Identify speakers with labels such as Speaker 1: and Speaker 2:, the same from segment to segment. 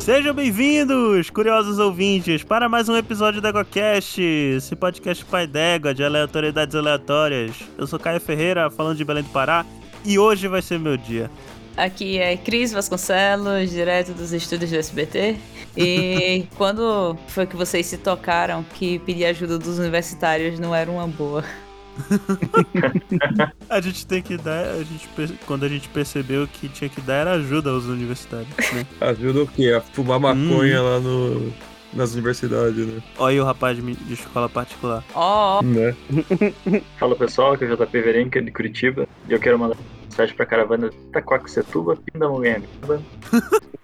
Speaker 1: Sejam bem-vindos, curiosos ouvintes, para mais um episódio da EgoCast, esse podcast pai d'égua de aleatoriedades aleatórias. Eu sou Caio Ferreira, falando de Belém do Pará, e hoje vai ser meu dia.
Speaker 2: Aqui é Cris Vasconcelos, direto dos estúdios do SBT. E quando foi que vocês se tocaram que pedir ajuda dos universitários não era uma boa?
Speaker 1: A gente tem que dar, a gente, per- quando a gente percebeu que tinha que dar era ajuda aos universitários, né?
Speaker 3: Ajuda o quê? A fumar
Speaker 1: Hum.
Speaker 3: maconha lá no, nas universidades, né?
Speaker 1: Olha aí o rapaz de mi- de escola particular.
Speaker 2: Ó,
Speaker 3: Né?
Speaker 4: Fala pessoal, aqui é o JP Verenca de Curitiba e eu quero mandar uma mensagem pra caravana de Itaquaquecetuba, Pindamonhangaba.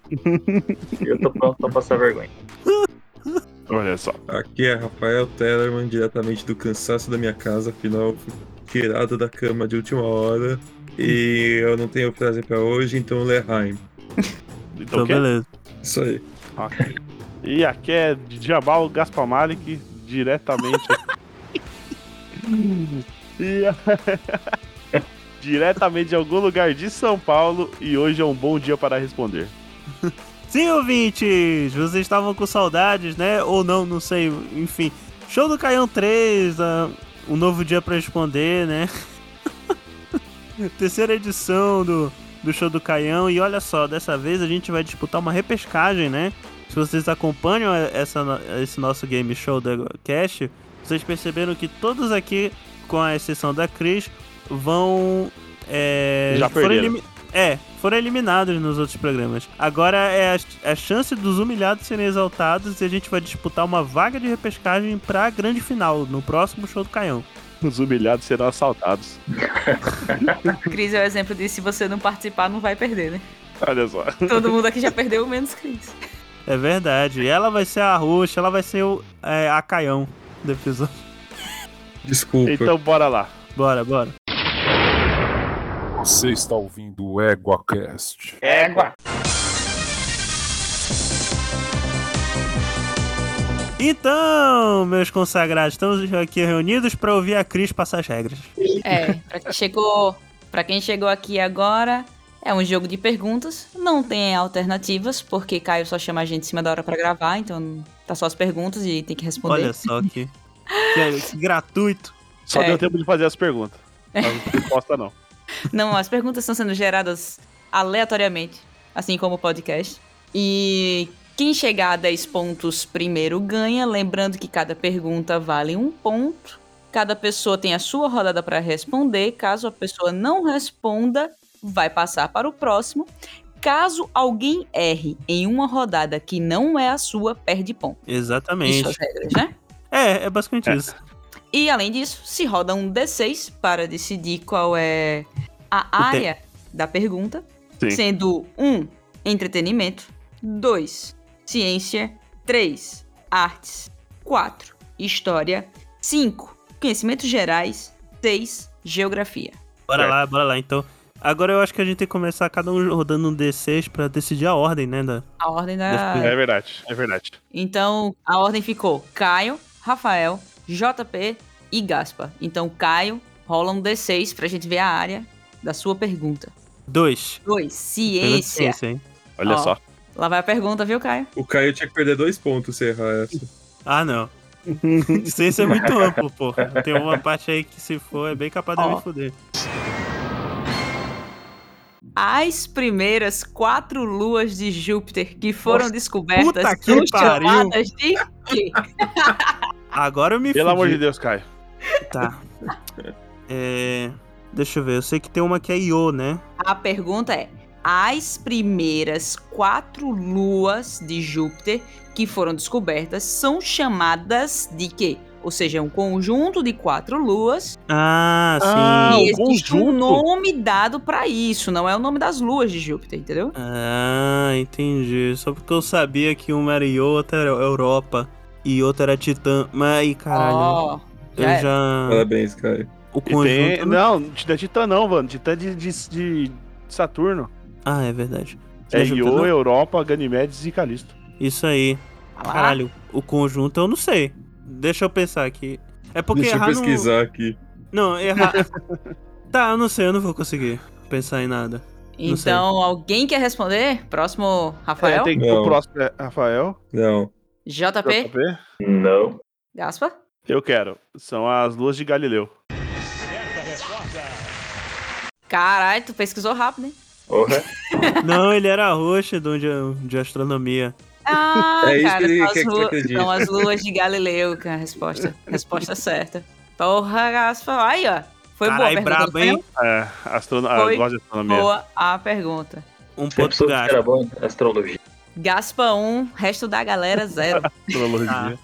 Speaker 4: e eu tô pronto pra passar vergonha.
Speaker 5: Olha só.
Speaker 3: Aqui é Rafael Tellerman, diretamente do cansaço da minha casa, afinal eu fui tirado da cama de última hora. E eu não tenho frase pra hoje, então Leheim.
Speaker 5: Então,
Speaker 1: Então,
Speaker 5: o quê?
Speaker 1: beleza.
Speaker 3: Isso aí.
Speaker 5: Ok. E aqui é Djabal Gaspar Malik, diretamente. E a- diretamente de algum lugar de São Paulo. E hoje é um bom dia para responder.
Speaker 1: Sim, ouvintes! Vocês estavam com saudades, né? Ou não, não sei. Enfim, show do Caião 3, a- um novo dia pra responder, né? Terceira edição do, do show do Caião. E olha só, dessa vez a gente vai disputar uma repescagem, né? Se vocês acompanham é, essa, no- esse nosso game show da Cast, vocês perceberam que todos aqui, com a exceção da Cris, vão. É,
Speaker 5: Já
Speaker 1: foram
Speaker 5: perderam.
Speaker 1: elimi- É, foram eliminados nos outros programas. Agora é a, a chance dos humilhados serem exaltados e a gente vai disputar uma vaga de repescagem pra grande final, no próximo show do Caião.
Speaker 5: Os humilhados serão assaltados.
Speaker 2: Cris é o exemplo de se você não participar, não vai perder, né?
Speaker 5: Olha só.
Speaker 2: Todo mundo aqui já perdeu, menos Cris.
Speaker 1: É verdade. E ela vai ser a Roxa, ela vai ser o, é, a Caião do episódio.
Speaker 3: Desculpa.
Speaker 5: Então bora lá.
Speaker 1: Bora, bora.
Speaker 6: Você está ouvindo o EguaCast.
Speaker 4: Égua!
Speaker 1: Então, meus consagrados, estamos aqui reunidos pra ouvir a Cris passar as regras.
Speaker 2: É, pra quem chegou, pra quem chegou aqui agora, é um jogo de perguntas. Não tem alternativas, porque Caio só chama a gente em cima da hora pra gravar, então tá só as perguntas e tem que responder.
Speaker 1: Olha só que, que- que gratuito.
Speaker 5: Só
Speaker 2: É.
Speaker 5: deu tempo de fazer as perguntas. Mas resposta não.
Speaker 2: Não, as perguntas estão sendo geradas aleatoriamente, assim como o podcast. E quem chegar a 10 pontos primeiro ganha, lembrando que cada pergunta vale um ponto. Cada pessoa tem a sua rodada para responder. Caso a pessoa não responda, vai passar para o próximo. Caso alguém erre em uma rodada que não é a sua, perde ponto. Isso
Speaker 1: Exatamente.
Speaker 2: as regras, né?
Speaker 1: É, é basicamente isso.
Speaker 2: E além disso, se roda um D6 para decidir qual é a
Speaker 1: O te-
Speaker 2: área da pergunta,
Speaker 5: Sim.
Speaker 2: sendo 1 um, entretenimento, 2 ciência, 3 artes, 4 história, 5 conhecimentos gerais, 6 geografia.
Speaker 1: Bora
Speaker 5: Certo.
Speaker 1: lá, bora lá. Então, agora eu acho que a gente tem que começar cada um rodando um D6 pra decidir a ordem, né? da-
Speaker 2: A ordem
Speaker 1: Deve
Speaker 2: da.
Speaker 5: É verdade, é verdade.
Speaker 2: Então, a ordem ficou Caio, Rafael, JP e Gaspa. Então, Caio rola um D6 pra gente ver a área da sua pergunta.
Speaker 1: Dois.
Speaker 2: 2.
Speaker 1: Pergunta de
Speaker 2: Ciência.
Speaker 1: hein?
Speaker 5: Olha
Speaker 2: Ó.
Speaker 5: só.
Speaker 2: Lá vai a pergunta, viu, Caio?
Speaker 3: O Caio tinha que perder dois pontos se errar é. essa.
Speaker 1: Ah, não. Ciência é muito amplo, porra. Tem uma parte aí que se for é bem capaz de eu
Speaker 2: Ó.
Speaker 1: me fuder.
Speaker 2: As primeiras quatro luas de Júpiter que foram descobertas
Speaker 1: Puta que
Speaker 2: são
Speaker 1: pariu.
Speaker 2: chamadas de quê?
Speaker 1: Agora eu me
Speaker 5: Pelo
Speaker 1: fudi.
Speaker 5: amor de Deus, Caio.
Speaker 1: Tá. É. Deixa eu ver, eu sei que tem uma que é Io, né?
Speaker 2: A pergunta é: as primeiras quatro luas de Júpiter que foram descobertas são chamadas de quê? Ou seja, é um conjunto de quatro luas
Speaker 1: Ah,
Speaker 5: Ah,
Speaker 1: sim.
Speaker 2: e
Speaker 5: um
Speaker 2: existe um
Speaker 5: conjunto?
Speaker 2: nome dado pra isso, não é o nome das luas de Júpiter, entendeu?
Speaker 1: Ah, entendi. Só porque eu sabia que uma era Io, outra era Europa e outra era Titã. Mas aí, caralho, né?
Speaker 2: Ó, já
Speaker 1: eu
Speaker 2: era.
Speaker 1: já.
Speaker 3: Parabéns, Caio.
Speaker 1: O
Speaker 5: E tem-
Speaker 1: conjunto. né?
Speaker 5: Não, não é Titã não, mano. Titã de, de- de Saturno.
Speaker 1: Ah, é verdade.
Speaker 5: É
Speaker 1: Não Júpiter,
Speaker 5: Io,
Speaker 1: não?
Speaker 5: Europa, Ganimedes e Calisto.
Speaker 1: Isso aí.
Speaker 2: Olha lá.
Speaker 1: Caralho, o conjunto eu não sei. Deixa eu pensar aqui. É porque
Speaker 3: Deixa eu
Speaker 1: errar não-
Speaker 3: pesquisar aqui.
Speaker 1: Não, errar. tá, eu não sei, eu não vou conseguir pensar em nada. Não sei.
Speaker 2: Então, alguém quer responder? Próximo, Rafael?
Speaker 5: É, tem que
Speaker 3: Não.
Speaker 5: o próximo é Rafael.
Speaker 3: Não.
Speaker 2: JP?
Speaker 5: JP?
Speaker 4: Não.
Speaker 2: Gaspa?
Speaker 5: Eu quero. São as luas de Galileu.
Speaker 2: Caralho, tu pesquisou rápido, hein?
Speaker 4: Porra.
Speaker 1: Não, ele era roxo de, de, de astronomia.
Speaker 2: Ah,
Speaker 3: É isso
Speaker 2: cara,
Speaker 3: que ele
Speaker 2: são, as
Speaker 3: quer que tu
Speaker 2: lu-
Speaker 3: acredite.
Speaker 2: são as luas de Galileu, cara, a resposta. Resposta certa. Porra, Gaspa. Aí, ó. Foi boa a
Speaker 1: Caralho,
Speaker 2: pergunta.
Speaker 1: brabo,
Speaker 2: não foi
Speaker 1: hein?
Speaker 5: É, astrono... ah,
Speaker 2: Foi
Speaker 5: eu gosto de astronomia.
Speaker 2: Boa a pergunta.
Speaker 1: Um
Speaker 4: Sempre
Speaker 1: ponto pro
Speaker 4: soube que era
Speaker 1: gasto.
Speaker 4: bom em astrologia.
Speaker 2: Gaspa 1, resto da galera 0.
Speaker 1: Ah.
Speaker 5: Astrologia.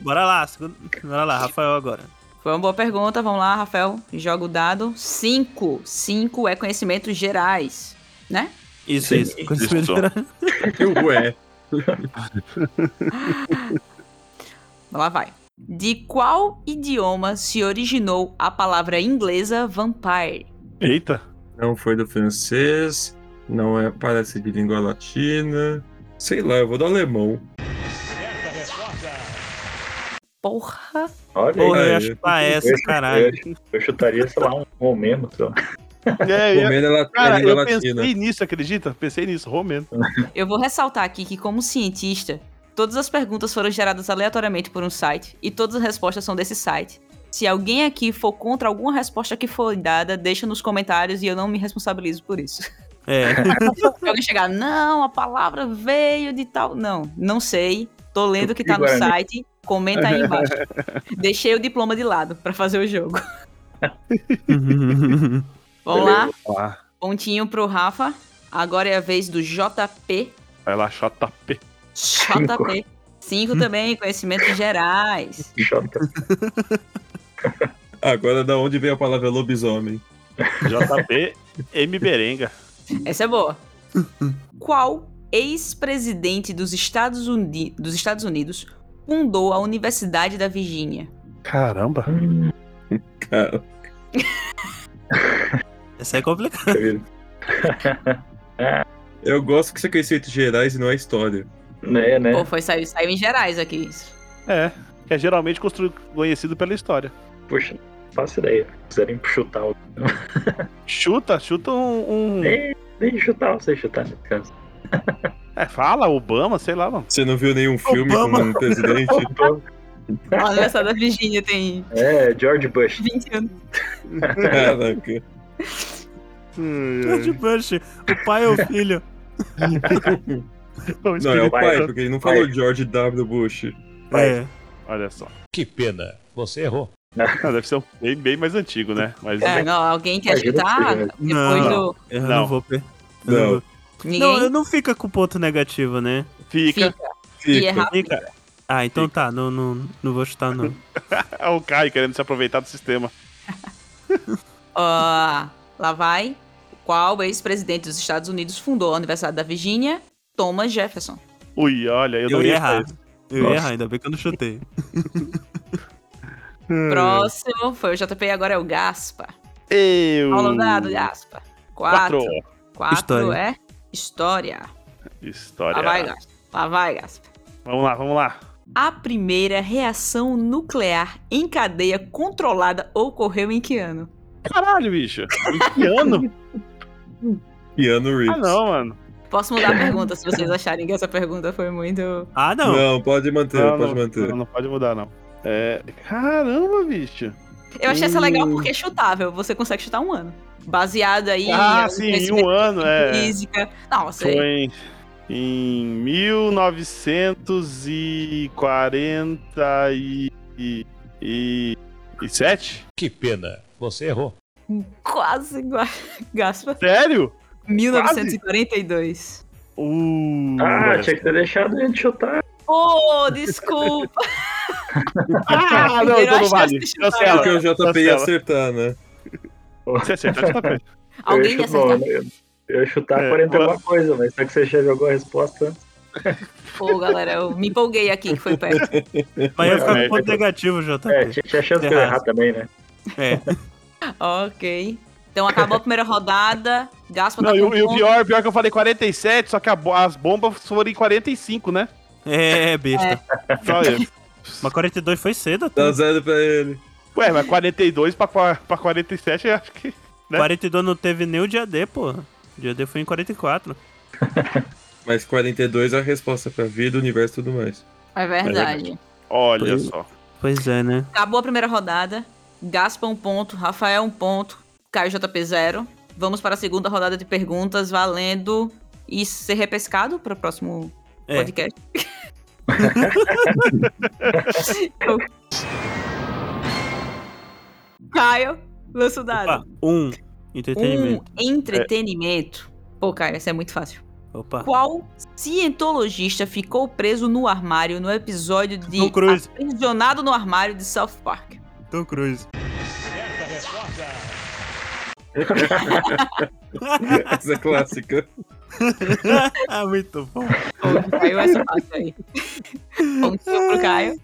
Speaker 1: Bora lá, segundo... bora lá, Rafael agora.
Speaker 2: Foi uma boa pergunta, vamos lá, Rafael. Joga o dado. 5. 5 é conhecimentos gerais, né?
Speaker 1: Isso,
Speaker 3: Sim,
Speaker 1: isso. Conhecimento geral.
Speaker 3: Ué.
Speaker 2: Lá vai. De qual idioma se originou a palavra inglesa vampire?
Speaker 5: Eita.
Speaker 3: Não foi do francês. Não é, parece de língua latina. Sei lá, eu vou do alemão.
Speaker 2: Porra.
Speaker 4: Olha
Speaker 1: Porra,
Speaker 4: aí.
Speaker 1: eu ia
Speaker 3: Aí.
Speaker 1: chutar essa,
Speaker 4: Eu-
Speaker 1: caralho.
Speaker 4: Eu, eu chutaria, sei lá, um romeno. Sei lá.
Speaker 5: É, é.
Speaker 3: Romeno é, lat- é
Speaker 5: Cara,
Speaker 3: língua
Speaker 5: eu
Speaker 3: latina.
Speaker 5: pensei nisso, acredita? Pensei nisso, romeno.
Speaker 2: Eu vou ressaltar aqui que, como cientista, todas as perguntas foram geradas aleatoriamente por um site e todas as respostas são desse site. Se alguém aqui for contra alguma resposta que foi dada, deixa nos comentários e eu não me responsabilizo por isso.
Speaker 1: É.
Speaker 2: Se alguém chegar, não, a palavra veio de tal. Não, não sei. Tô lendo o que tá no
Speaker 4: Guarani.
Speaker 2: site. Comenta aí embaixo. Deixei o diploma de lado pra fazer o jogo. Vamos lá.
Speaker 3: Ah.
Speaker 5: Lá.
Speaker 2: Pontinho pro Rafa. Agora é a vez do JP.
Speaker 5: Vai lá, JP.
Speaker 2: JP. 5 também, conhecimentos gerais.
Speaker 4: um Chota.
Speaker 3: Agora, da onde veio a palavra lobisomem?
Speaker 5: JP M. Berenga.
Speaker 2: Essa é boa.
Speaker 1: Uhum.
Speaker 2: Qual ex-presidente dos Estados, Uni- dos Estados Unidos fundou a Universidade da Virgínia?
Speaker 5: Caramba.
Speaker 3: Cara,
Speaker 1: Essa é complicada.
Speaker 4: querido.
Speaker 3: eu gosto que você conhecimento gerais e não é história.
Speaker 4: né, né?
Speaker 2: Pô, foi, saiu, saiu em gerais aqui.
Speaker 5: É. Que é geralmente constru... conhecido pela história.
Speaker 4: Puxa, não faço ideia. Quiserem chutar o.
Speaker 5: Chuta, chuta um. um-
Speaker 4: Nem chutar, não sei chutar né? nesse caso.
Speaker 5: É, fala, Obama, sei lá, mano.
Speaker 3: Você não viu nenhum filme
Speaker 1: Obama.
Speaker 3: com um presidente?
Speaker 2: A Universidade da Virgínia tem
Speaker 4: É, George Bush.
Speaker 2: 20 anos.
Speaker 3: Caraca.
Speaker 1: George Bush, o pai ou o filho?
Speaker 5: Tão
Speaker 3: Não, é o
Speaker 5: espiritual.
Speaker 3: pai, porque ele não falou
Speaker 4: Pai.
Speaker 3: George W. Bush.
Speaker 1: É.
Speaker 5: Olha só.
Speaker 7: Que pena, você errou.
Speaker 5: Ah, deve ser um bem, bem mais antigo, né? Mas
Speaker 2: É, não, alguém quer
Speaker 4: Imagina que
Speaker 2: chutar
Speaker 4: seja.
Speaker 2: depois
Speaker 1: Não.
Speaker 2: do.
Speaker 1: Eu não,
Speaker 5: Não.
Speaker 1: vou. per- eu
Speaker 3: Não.
Speaker 1: Não, vou-
Speaker 2: Ninguém
Speaker 1: não, eu não fica com ponto negativo, né?
Speaker 5: fica.
Speaker 2: fica. E é rápido.
Speaker 1: Fica. Ah, então tá, não, não, não vou chutar, não.
Speaker 5: É o Kai querendo se aproveitar do sistema.
Speaker 2: Ah, lá vai. Qual ex-presidente dos Estados Unidos fundou a Universidade da Virgínia? Thomas Jefferson.
Speaker 5: Ui, olha, eu,
Speaker 1: Eu
Speaker 5: não
Speaker 1: ia
Speaker 5: ia
Speaker 1: errar.
Speaker 5: fazer.
Speaker 1: Eu ia
Speaker 3: Nossa.
Speaker 1: errar, ainda bem que eu não chutei. Hum.
Speaker 2: Próximo foi o JP, agora é o Gaspa.
Speaker 5: Eu.
Speaker 2: Qual o dado, Gaspa?
Speaker 5: Quatro.
Speaker 2: Quatro. Quatro
Speaker 1: História.
Speaker 2: é história. Lá
Speaker 5: História.
Speaker 2: Ah, vai, Gaspa. Lá vai, Gaspa.
Speaker 5: Vamos lá, vamos lá.
Speaker 2: A primeira reação nuclear em cadeia controlada ocorreu em que ano?
Speaker 5: Caralho, bicho. Em Que ano?
Speaker 3: Keanu Reeves.
Speaker 5: Ah, não, mano.
Speaker 2: Posso mudar a pergunta se vocês acharem que essa pergunta foi muito.
Speaker 1: Ah,
Speaker 3: Não,
Speaker 1: não.
Speaker 3: pode manter,
Speaker 5: Não,
Speaker 3: pode
Speaker 5: não,
Speaker 3: manter.
Speaker 5: Não, não pode mudar, não. É. Caramba, bicho.
Speaker 2: Eu achei essa
Speaker 5: Hum.
Speaker 2: legal porque é chutável, você consegue chutar um ano. Baseado aí
Speaker 5: ah,
Speaker 2: em
Speaker 5: sim, em
Speaker 2: conhecimento
Speaker 5: um ano,
Speaker 2: de
Speaker 5: é.
Speaker 2: física. Não, você
Speaker 5: Foi em, em 1947?
Speaker 7: Que pena, você errou.
Speaker 2: quase gua- gaspa.
Speaker 5: Sério?
Speaker 2: 1942.
Speaker 5: Uh,
Speaker 4: Ah,
Speaker 5: olha
Speaker 4: tinha que ter deixado a gente chutar.
Speaker 2: Oh, desculpa.
Speaker 5: Ah, não,
Speaker 2: Primeiro
Speaker 5: então não
Speaker 2: achei
Speaker 5: vale.
Speaker 2: que se chutava.
Speaker 5: Cancela.
Speaker 3: Porque o JP ia
Speaker 5: Cancela.
Speaker 3: acertar, né?
Speaker 5: Você acertou, JP.
Speaker 2: Alguém
Speaker 4: eu
Speaker 2: ia
Speaker 4: ia chutar,
Speaker 2: acertar.
Speaker 4: bom, eu, eu ia chutar
Speaker 5: É,
Speaker 4: 40
Speaker 5: boa.
Speaker 4: alguma coisa, mas só que você já jogou a resposta.
Speaker 2: Pô, galera, eu me empolguei aqui que foi perto.
Speaker 1: Mas ia ficar com
Speaker 5: É,
Speaker 1: ponto negativo, JP.
Speaker 4: É, tinha, tinha chance de eu errar também, né?
Speaker 1: É.
Speaker 2: ok. Então acabou a primeira rodada. Gaspa
Speaker 5: Não,
Speaker 2: tá
Speaker 5: e,
Speaker 2: com
Speaker 5: o- e o
Speaker 2: ponto.
Speaker 5: pior, pior que eu falei 47, só que a bo- as bombas foram em 45, né? é.
Speaker 1: É, besta.
Speaker 5: Só eu.
Speaker 1: Mas 42 foi cedo, tá?
Speaker 3: Dá zero pra ele.
Speaker 5: Ué, mas 42 pra, qua- pra 47, eu acho que. né?
Speaker 1: 42 não teve nem o dia D, pô. Dia D foi em 44.
Speaker 3: Mas 42 é a resposta pra vida, universo e tudo mais.
Speaker 2: É verdade.
Speaker 5: Olha
Speaker 3: Foi-
Speaker 5: só.
Speaker 1: Pois é, né?
Speaker 2: Acabou a primeira rodada. Gaspa um ponto, Rafael um ponto, Caio JP zero. Vamos para a segunda rodada de perguntas, valendo e ser repescado para o próximo
Speaker 1: É.
Speaker 2: podcast. Eu- Caio, lança o dado.
Speaker 1: Opa, um.
Speaker 2: Um
Speaker 1: Entretenimento.
Speaker 2: entretenimento. Pô, Caio, essa é muito fácil.
Speaker 1: Opa.
Speaker 2: Qual cientologista ficou preso no armário no episódio de
Speaker 1: Tom Cruise.
Speaker 2: Aprisionado no Armário de South Park?
Speaker 1: Tom Cruise.
Speaker 3: Essa é clássica.
Speaker 1: ah, muito bom.
Speaker 2: Caiu essa parte aí. Ponto pro Caio.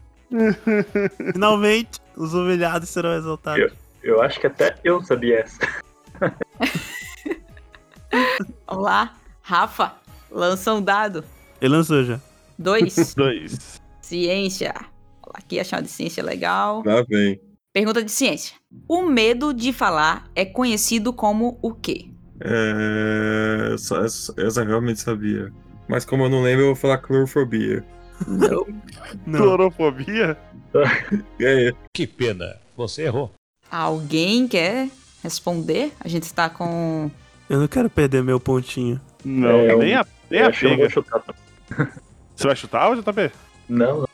Speaker 1: Finalmente, os humilhados serão exaltados.
Speaker 4: Eu acho que até eu sabia essa.
Speaker 2: Vamos lá. Rafa, lança um dado.
Speaker 1: Ele lançou já.
Speaker 2: Dois.
Speaker 5: Dois.
Speaker 2: ciência. Vamos lá, Aqui achar uma de ciência legal.
Speaker 3: Lá vem.
Speaker 2: Pergunta de ciência. O medo de falar é conhecido como o quê?
Speaker 3: É, essa, essa- essa eu realmente sabia. Mas como eu não lembro, eu vou falar clorofobia.
Speaker 1: Não.
Speaker 5: Clorofobia?
Speaker 3: E aí?
Speaker 7: Que pena, você errou.
Speaker 2: Alguém quer responder? A gente está com.
Speaker 1: Eu não quero perder meu pontinho.
Speaker 5: Não,
Speaker 4: É,
Speaker 5: nem a, nem
Speaker 4: eu
Speaker 5: a
Speaker 4: acho que eu não vou
Speaker 5: pega.
Speaker 4: chutar. não.
Speaker 5: Você vai chutar, ô JP?
Speaker 4: Não,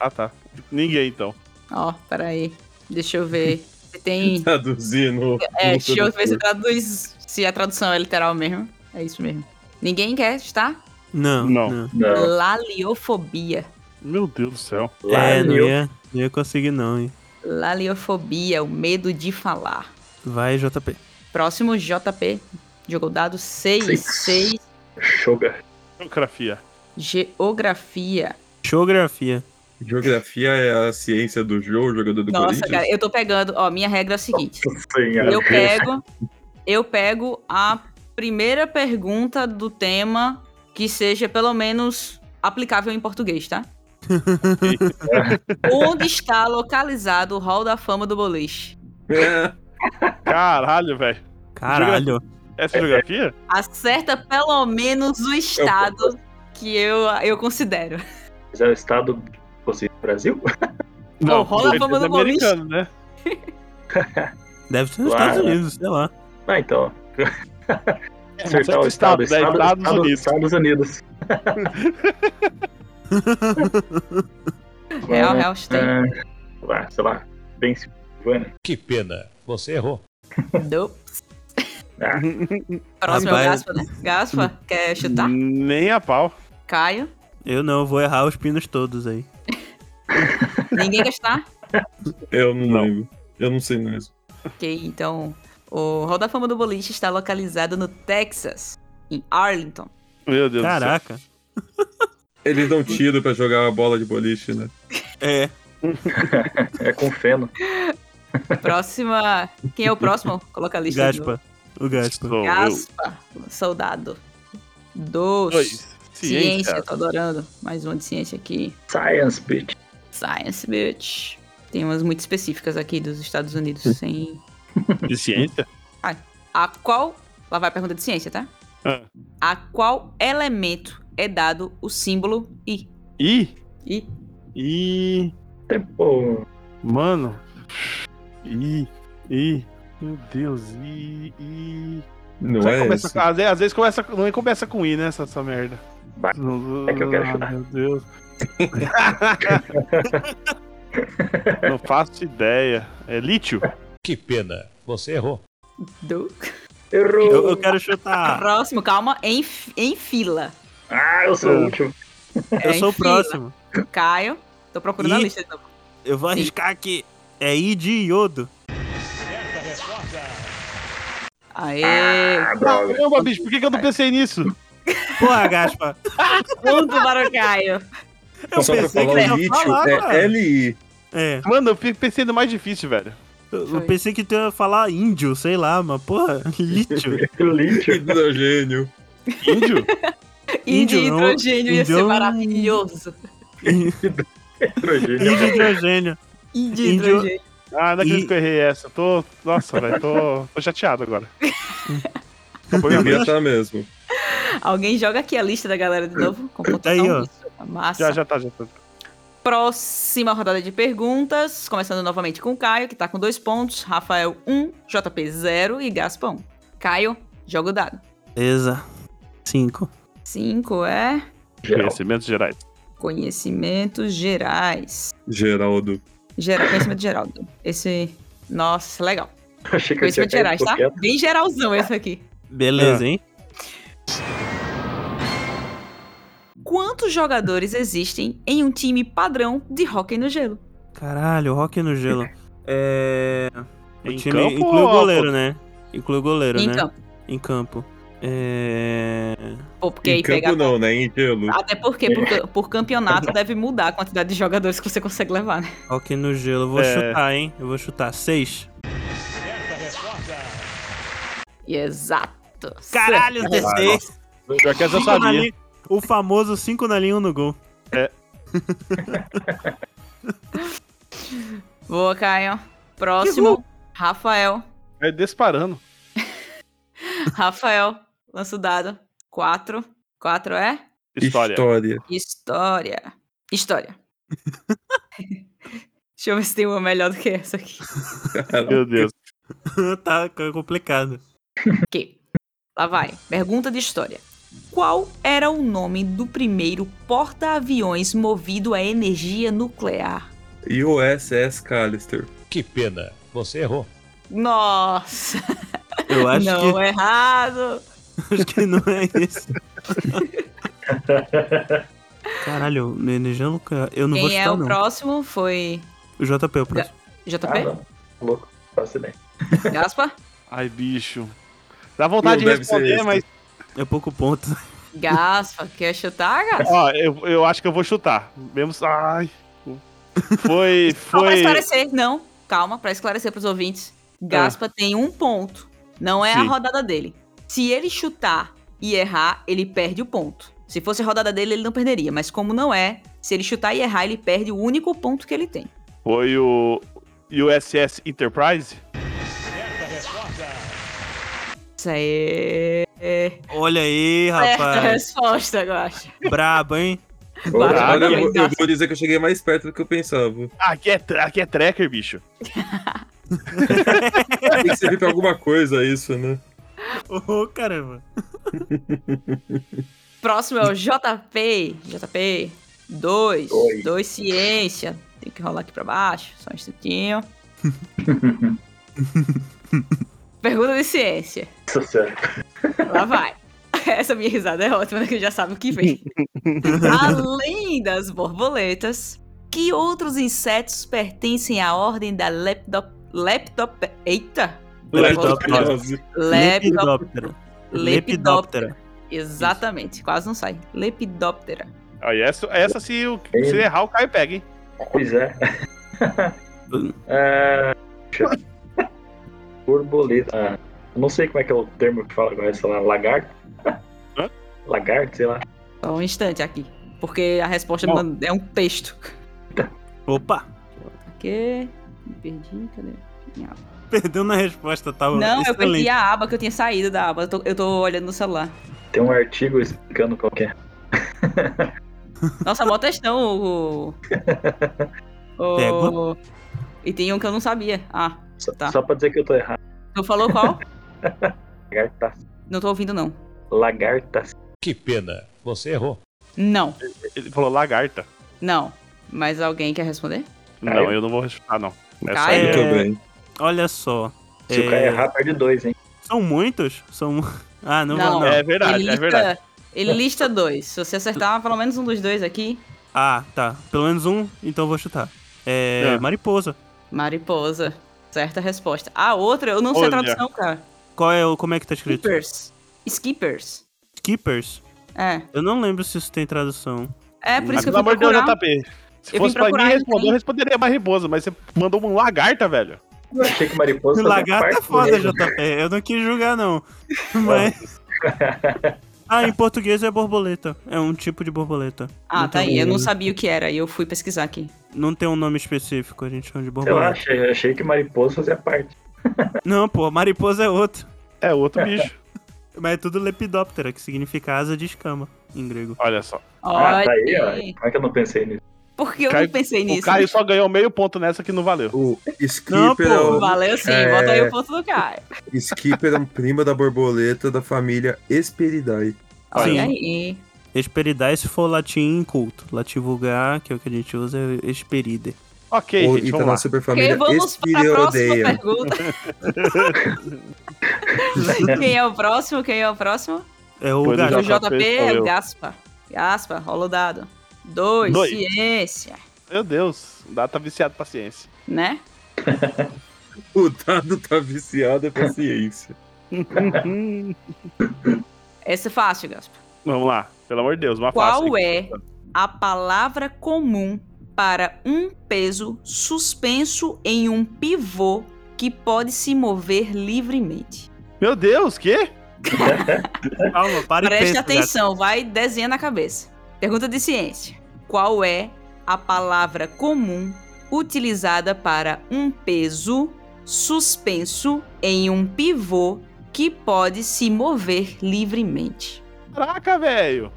Speaker 5: Ah, tá. Ninguém, então.
Speaker 2: Ó, peraí. Deixa eu ver. Se tem.
Speaker 3: Traduzindo.
Speaker 2: É, deixa eu ver se traduz. Se a tradução é literal mesmo. É isso mesmo. Ninguém quer chutar?
Speaker 1: Não.
Speaker 5: Não.
Speaker 3: É.
Speaker 4: Não.
Speaker 2: Laliofobia.
Speaker 5: Meu Deus do céu.
Speaker 1: É, não
Speaker 4: Laliu-
Speaker 1: ia, não ia conseguir, não, hein?
Speaker 2: Laliofobia, o medo de falar.
Speaker 1: Vai, JP.
Speaker 2: Próximo, JP. Jogou dado 6,
Speaker 4: Seis.
Speaker 2: 6.
Speaker 4: Sugar.
Speaker 5: Geografia.
Speaker 2: Geografia.
Speaker 1: Geografia.
Speaker 3: Geografia é a ciência do jogo, jogador do
Speaker 2: Nossa,
Speaker 3: Corinthians. Tá
Speaker 2: cara, eu tô pegando. Ó, minha regra é a seguinte:
Speaker 4: Senhora.
Speaker 2: eu pego. Eu pego a primeira pergunta do tema que seja pelo menos aplicável em português, tá? Onde está localizado o Hall da Fama do Boliche?
Speaker 3: É,
Speaker 5: Caralho, velho.
Speaker 1: Caralho.
Speaker 5: Essa é geografia?
Speaker 2: Acerta pelo menos o estado que eu, eu considero.
Speaker 4: Mas é o estado possível do Brasil?
Speaker 2: Não, rola a fama
Speaker 5: Corinthians
Speaker 2: do Maurício.
Speaker 5: é americano, né?
Speaker 1: Deve ser nos
Speaker 4: Claro.
Speaker 1: Estados Unidos, sei lá.
Speaker 4: Ah, então. Acertar
Speaker 5: acerta o
Speaker 4: o estado,
Speaker 5: É, estado, né?
Speaker 4: estado,
Speaker 5: Estados
Speaker 4: estado,
Speaker 5: Unidos.
Speaker 4: Estados Unidos.
Speaker 2: Real, real, chutei.
Speaker 4: Ah, sei lá, sei lá, né? Pensilvânia.
Speaker 7: Que pena, você errou.
Speaker 2: Deu.
Speaker 4: Ah.
Speaker 2: Próximo é o
Speaker 1: Rapaz.
Speaker 2: Gaspa, né? Gaspa, quer chutar?
Speaker 5: Hum. Nem a pau.
Speaker 2: Caio.
Speaker 1: Eu não, eu vou errar os pinos todos aí.
Speaker 2: Ninguém quer chutar?
Speaker 3: eu não,
Speaker 5: Não.
Speaker 3: lembro. Eu não sei mais.
Speaker 2: Ok, então. O Hall da Fama do Boliche está localizado no Texas, em Arlington.
Speaker 5: Meu Deus do céu.
Speaker 1: Caraca.
Speaker 3: Eles dão tiro pra jogar a bola de boliche, né?
Speaker 1: É.
Speaker 4: É com feno.
Speaker 2: Próxima. Quem é o próximo? Coloca a lista. de novo.
Speaker 1: Gaspa. O Gaspa.
Speaker 5: Sou eu.
Speaker 2: Gaspa. Soldado. Dos.
Speaker 5: Dois.
Speaker 2: Ciência,
Speaker 5: Ciência.
Speaker 2: tô adorando. Mais uma de ciência aqui.
Speaker 4: Science, bitch.
Speaker 2: Science, bitch. Tem umas muito específicas aqui dos Estados Unidos, sem
Speaker 5: De ciência?
Speaker 2: A qual. Lá vai a pergunta de ciência, tá?
Speaker 5: Ah.
Speaker 2: A qual elemento é dado o símbolo I?
Speaker 5: Ih.
Speaker 2: I.
Speaker 5: Ih.
Speaker 4: Tempo.
Speaker 5: Mano. Ih. Ih. Meu Deus. Ih. Ih.
Speaker 3: Não
Speaker 5: Sabe,
Speaker 3: é
Speaker 5: começa-
Speaker 3: essa.
Speaker 5: às, vezes, às vezes começa, não começa com I, né? Essa, essa merda.
Speaker 4: Vai. É que eu quero chutar.
Speaker 5: Meu Deus. não faço ideia. É lítio?
Speaker 7: Que pena, você errou.
Speaker 2: Do.
Speaker 1: Eu,
Speaker 4: Errou.
Speaker 1: eu quero chutar.
Speaker 2: Próximo, calma. Em, fi- em fila.
Speaker 4: Ah, eu sou
Speaker 5: Eu-
Speaker 4: o último.
Speaker 2: É
Speaker 1: Eu
Speaker 2: em
Speaker 1: sou o
Speaker 2: fila.
Speaker 1: próximo.
Speaker 2: Caio. Tô procurando a
Speaker 1: I.
Speaker 2: lista de novo.
Speaker 1: Eu vou arriscar aqui. É I de iodo.
Speaker 2: Aê.
Speaker 4: Ah, droga.
Speaker 5: Caramba, bicho, por que, que eu não pensei nisso?
Speaker 1: Porra, Gaspa.
Speaker 2: Ponto para o Caio.
Speaker 1: Eu
Speaker 3: Só pra
Speaker 1: pensei que tu
Speaker 3: falar, o
Speaker 1: ia
Speaker 3: lítio
Speaker 1: falar,
Speaker 3: é
Speaker 1: cara.
Speaker 3: LI.
Speaker 1: É.
Speaker 5: Mano, eu fi- pensei no mais difícil, velho.
Speaker 1: Eu eu
Speaker 2: Foi.
Speaker 1: pensei que tu ia falar índio, sei lá, mas porra, lítio. tipo,
Speaker 4: Lítio.
Speaker 3: Hidrogênio.
Speaker 5: Índio?
Speaker 2: E de
Speaker 1: Índio não.
Speaker 2: hidrogênio ia ser
Speaker 1: Índio-
Speaker 2: maravilhoso.
Speaker 4: Hidrogênio.
Speaker 1: Índio de hidrogênio.
Speaker 2: E de
Speaker 1: Índio-
Speaker 2: hidrogênio.
Speaker 5: Ah, não acredito
Speaker 1: I.
Speaker 5: que eu errei essa. Tô. Nossa, velho, tô, tô chateado agora.
Speaker 3: Devia
Speaker 5: Acompanhamento.
Speaker 3: estar mesmo.
Speaker 2: Alguém joga aqui a lista da galera de novo. Com pontuação,
Speaker 1: Tá Aí, ó.
Speaker 2: isso. Massa.
Speaker 5: Já, já tá, já tá.
Speaker 2: Próxima rodada de perguntas, começando novamente com o Caio, que tá com dois pontos, Rafael 1, JP 0 e Gaspa 1. Caio, joga o dado.
Speaker 1: Beleza. Cinco.
Speaker 2: 5 é
Speaker 4: Geral.
Speaker 5: Conhecimentos gerais.
Speaker 2: conhecimentos gerais.
Speaker 3: Geraldo.
Speaker 2: Geral, conhecimento de Geraldo. Esse. Nossa, legal.
Speaker 4: Achei que eu tinha
Speaker 2: Conhecimento de gerais,
Speaker 4: caído
Speaker 2: tá?
Speaker 4: quieto.
Speaker 2: Bem geralzão esse aqui.
Speaker 1: Beleza, hein?
Speaker 2: Quantos jogadores existem em um time padrão de hóquei no gelo?
Speaker 1: Caralho, rock no gelo. É. O
Speaker 5: Em
Speaker 1: time
Speaker 5: campo
Speaker 1: inclui o
Speaker 5: ou-
Speaker 1: goleiro, né? Inclui o goleiro, né?
Speaker 2: Então,
Speaker 1: Em campo. É.
Speaker 2: pô, porque
Speaker 3: Em
Speaker 2: aí pega. Ah,
Speaker 3: campo não, né? Em gelo.
Speaker 2: Até porque por, por campeonato deve mudar a quantidade de jogadores que você consegue levar, né?
Speaker 1: Rock no gelo. Eu vou
Speaker 5: É.
Speaker 1: chutar, hein? Eu vou chutar. Seis.
Speaker 2: E exato.
Speaker 1: Caralho,
Speaker 6: Caralho.
Speaker 1: DC.
Speaker 5: Já que essa eu
Speaker 1: Cinco na
Speaker 5: sabia.
Speaker 1: linha- O famoso 5 na linha, 1 no gol.
Speaker 2: Boa, Caio. Próximo, Rafael.
Speaker 5: É disparando.
Speaker 2: Rafael, lança o dado. Quatro. Quatro é?
Speaker 5: História.
Speaker 2: História. História. Deixa eu ver se tem uma melhor do que essa aqui.
Speaker 3: Cara,
Speaker 5: Meu Deus.
Speaker 1: tá complicado.
Speaker 2: Ok. Lá vai. Pergunta de história. Qual era o nome do primeiro porta-aviões movido a energia nuclear?
Speaker 3: E o é SS Callister.
Speaker 7: Que pena, você errou.
Speaker 2: Nossa,
Speaker 1: Eu acho,
Speaker 2: não é errado.
Speaker 1: que, acho que não é isso. Caralho, no energia nuclear. Eu não vou
Speaker 2: Quem
Speaker 1: chutar,
Speaker 2: é o
Speaker 1: não.
Speaker 2: próximo foi
Speaker 1: O JP, é o próximo.
Speaker 4: Ah,
Speaker 2: JP?
Speaker 4: não. Louco. Faço ideia.
Speaker 2: Gaspa?
Speaker 5: Ai, bicho. Dá vontade
Speaker 3: Não
Speaker 5: de
Speaker 3: deve ser
Speaker 5: responder,
Speaker 3: esse.
Speaker 5: mas.
Speaker 1: É pouco ponto.
Speaker 2: Gaspa, quer chutar, Gaspa?
Speaker 5: Ó, eu, eu acho que eu vou chutar. Mesmo. Ai. Foi.
Speaker 2: Não, pra
Speaker 5: Foi.
Speaker 2: esclarecer, não. Calma, pra esclarecer pros ouvintes. Gaspa tem um ponto. Não é a
Speaker 5: Ah. Sim.
Speaker 2: rodada dele. Se ele chutar e errar, ele perde o ponto. Se fosse a rodada dele, ele não perderia. Mas como não é, se ele chutar e errar, ele perde o único ponto que ele tem.
Speaker 5: Foi o. USS Enterprise?
Speaker 2: Isso aí é
Speaker 1: Olha aí,
Speaker 2: certa
Speaker 1: rapaz.
Speaker 2: resposta, eu acho.
Speaker 1: Brabo, hein?
Speaker 3: Olha, olha,
Speaker 5: Caraca,
Speaker 3: eu, vou- eu
Speaker 2: velho.
Speaker 3: vou dizer que eu cheguei mais perto do que eu pensava.
Speaker 5: Aqui é, tra- aqui é tracker, bicho.
Speaker 3: Tem que servir pra alguma coisa isso, né?
Speaker 1: Ô, caramba.
Speaker 2: Próximo é o JP. JP. Dois.
Speaker 4: Dois.
Speaker 2: Dois ciência. Tem que rolar aqui pra baixo. Só um instantinho. Pergunta de ciência.
Speaker 4: Isso é sério.
Speaker 2: Lá vai. Essa minha risada é ótima, né, que já sabe o que vem. Além das borboletas, que outros insetos pertencem à ordem da leptop... Leptop... Eita!
Speaker 1: Lepidóptero.
Speaker 2: Leptop...
Speaker 1: Lepidóptero.
Speaker 2: Lepidóptero.
Speaker 1: Lepidóptero.
Speaker 2: Exatamente. Quase não sai. Lepidóptera.
Speaker 5: Aí essa, essa se, o- se errar, o Caio pega, hein?
Speaker 4: Pois é. É, deixa eu ver. Borboleta. Ah, eu não sei como é que é o termo que fala agora, sei lá, lagarto?
Speaker 5: Hã?
Speaker 4: Lagarto, sei lá.
Speaker 2: Só um instante aqui. Porque a resposta
Speaker 5: Bom.
Speaker 2: não- é um texto.
Speaker 1: Opa,
Speaker 2: Aqui. Me perdi, cadê? Minha aba.
Speaker 1: perdeu na resposta, tá?
Speaker 2: Não, eu perdi
Speaker 1: Excelente.
Speaker 2: a aba que eu tinha saído da aba. Eu tô, eu tô olhando no celular.
Speaker 4: Tem um artigo explicando qual que é.
Speaker 2: Nossa, mó textão, o. o- o- E tem um que eu não sabia. Ah,
Speaker 4: Só,
Speaker 2: Tá.
Speaker 4: só pra dizer que eu tô errado.
Speaker 2: tu falou qual?
Speaker 4: Lagarta.
Speaker 2: não tô ouvindo, não.
Speaker 4: Lagarta.
Speaker 7: Que pena, você errou.
Speaker 2: Não,
Speaker 5: Ele falou lagarta.
Speaker 2: não. Mas alguém quer responder?
Speaker 5: Não,
Speaker 4: Caio?
Speaker 5: eu não vou chutar, não. Essa
Speaker 2: Caio?
Speaker 5: aí
Speaker 3: Muito
Speaker 5: é...
Speaker 1: É.
Speaker 3: bem.
Speaker 1: Olha só.
Speaker 4: Se o cara
Speaker 1: É,
Speaker 4: errar, perde dois, hein?
Speaker 1: São muitos? São. mu- Ah, não,
Speaker 2: Não.
Speaker 1: vou. Não.
Speaker 5: é verdade,
Speaker 2: ele
Speaker 5: é verdade.
Speaker 2: Ele lista dois. Se você acertar pelo menos um dos dois aqui,
Speaker 1: Ah, tá. Pelo menos um, então eu vou chutar. É,
Speaker 5: É.
Speaker 1: Mariposa.
Speaker 2: mariposa. Certa resposta. A outra, eu não sei
Speaker 5: Olha.
Speaker 2: a tradução, cara.
Speaker 1: Qual é o. Como é que tá escrito?
Speaker 2: Skippers. Skippers.
Speaker 1: Skippers?
Speaker 2: É.
Speaker 1: Eu não lembro se isso tem tradução.
Speaker 2: É, por
Speaker 5: Mas,
Speaker 2: isso que eu
Speaker 5: Ah, pelo
Speaker 2: fui
Speaker 5: amor de Deus, tá
Speaker 2: procurar.
Speaker 5: JP. Se
Speaker 2: Eu
Speaker 5: fosse
Speaker 2: vim
Speaker 5: pra mim
Speaker 2: procurar,
Speaker 5: responder,
Speaker 2: tem.
Speaker 5: eu responderia mariposa, mas você mandou um lagarta, velho.
Speaker 4: Eu achei que mariposa fazia
Speaker 1: Lagarto é
Speaker 4: parte
Speaker 1: foda,
Speaker 4: do reino.
Speaker 1: JP. Eu não quis julgar, não. Mas. Ah, em português é borboleta. É um tipo de borboleta.
Speaker 2: Ah,
Speaker 1: Não
Speaker 2: tá
Speaker 1: tem
Speaker 2: aí. Eu
Speaker 1: um-
Speaker 2: não sabia o que era e eu fui pesquisar aqui.
Speaker 1: Não tem um nome específico, a gente chama de
Speaker 4: Sei lá,
Speaker 1: borboleta.
Speaker 4: achei, eu achei que mariposa fazia parte.
Speaker 1: Não, pô, mariposa é outro.
Speaker 5: É outro bicho.
Speaker 1: Mas é tudo lepidóptera, que significa asa de escama em grego.
Speaker 5: Olha só.
Speaker 4: Ah, tá aí,
Speaker 2: Olha aí.
Speaker 4: ó. Como é que eu não pensei nisso?
Speaker 2: Por que eu
Speaker 5: Caio-
Speaker 2: não pensei
Speaker 5: O
Speaker 2: nisso?
Speaker 5: Caio só ganhou meio ponto nessa que não valeu.
Speaker 3: O
Speaker 1: Não,
Speaker 3: Skipper,
Speaker 1: pô,
Speaker 3: é o-
Speaker 2: Valeu sim,
Speaker 3: É.
Speaker 2: bota aí o ponto do Caio.
Speaker 3: Skipper é um primo da borboleta da família Esperidae.
Speaker 2: Olha
Speaker 1: Sim.
Speaker 2: aí.
Speaker 1: Esperidae, se for latim inculto. Latim vulgar, que é o que a gente usa, é esperide.
Speaker 5: Ok,
Speaker 3: Ou
Speaker 5: gente,
Speaker 3: então
Speaker 5: vamos lá.
Speaker 3: na
Speaker 2: Ok,
Speaker 3: superfamília
Speaker 2: vamos para a próxima
Speaker 3: Espiriodeia.
Speaker 2: pergunta. Quem é o próximo? Quem é o próximo?
Speaker 1: É o
Speaker 5: Pois é,
Speaker 2: O
Speaker 1: gajo.
Speaker 5: já- JP
Speaker 2: JP é
Speaker 5: sou eu.
Speaker 2: o Gaspa. Gaspa, rola o dado. Dois,
Speaker 5: Dois.
Speaker 2: ciência,
Speaker 5: Meu Deus, o Dá tá viciado em paciência.
Speaker 2: né?
Speaker 3: O dado tá viciado em paciência.
Speaker 2: Hum. Esse é fácil, Gaspa.
Speaker 5: Vamos lá, pelo amor de Deus, uma fácil.
Speaker 2: Qual é a palavra comum para um peso suspenso em um pivô que pode se mover livremente?
Speaker 5: Meu Deus, que?
Speaker 1: Calma, para e
Speaker 2: Preste
Speaker 1: pensa,
Speaker 2: atenção, vai desenhando a cabeça. Pergunta de ciência. Qual é a palavra comum utilizada para um peso suspenso em um pivô que pode se mover livremente?
Speaker 5: Caraca, velho.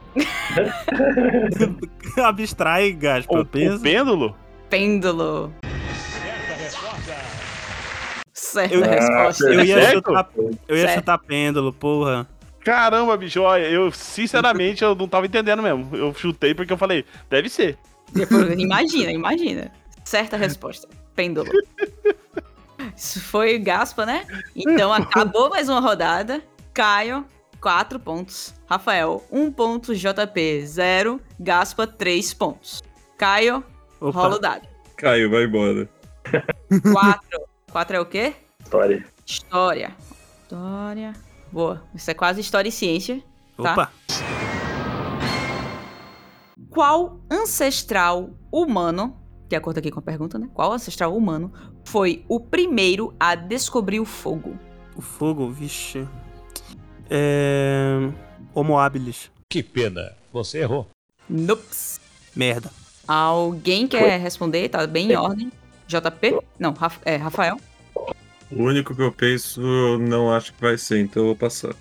Speaker 1: gato. Abstrai,
Speaker 5: O,
Speaker 1: gaspa,
Speaker 5: o
Speaker 1: pensa.
Speaker 5: pêndulo?
Speaker 2: Pêndulo. Certa
Speaker 1: Eu- Ah,
Speaker 2: resposta.
Speaker 1: Eu ia,
Speaker 5: Certo?
Speaker 1: chutar, eu ia
Speaker 2: Certo.
Speaker 1: chutar pêndulo, porra.
Speaker 5: Caramba, bicho, olha, eu sinceramente eu não tava entendendo mesmo. Eu chutei porque eu falei, deve ser.
Speaker 2: Depois- imagina, imagina. Certa resposta. Pêndulo. Isso foi Gaspa, né? Então acabou mais uma rodada. Caio, 4 pontos. Rafael, 1 ponto. JP, 0. Gaspa, 3 pontos. Caio,
Speaker 1: Opa.
Speaker 2: rola o dado.
Speaker 3: Caio, vai embora.
Speaker 2: 4. 4 é o quê?
Speaker 4: História.
Speaker 2: História. História. Boa. Isso é quase história e ciência. tá?
Speaker 1: Opa.
Speaker 2: Qual ancestral humano, de acordo aqui com a pergunta, né? Qual ancestral humano foi o primeiro a descobrir o fogo?
Speaker 1: O fogo, vixe. É... Homo habilis.
Speaker 7: Que pena, você errou.
Speaker 2: Nups.
Speaker 1: Merda.
Speaker 2: Alguém quer responder? Tá bem em ordem. JP? Não, Raf- é, Rafael.
Speaker 3: O único que eu penso, eu não acho que vai ser, então eu vou passar.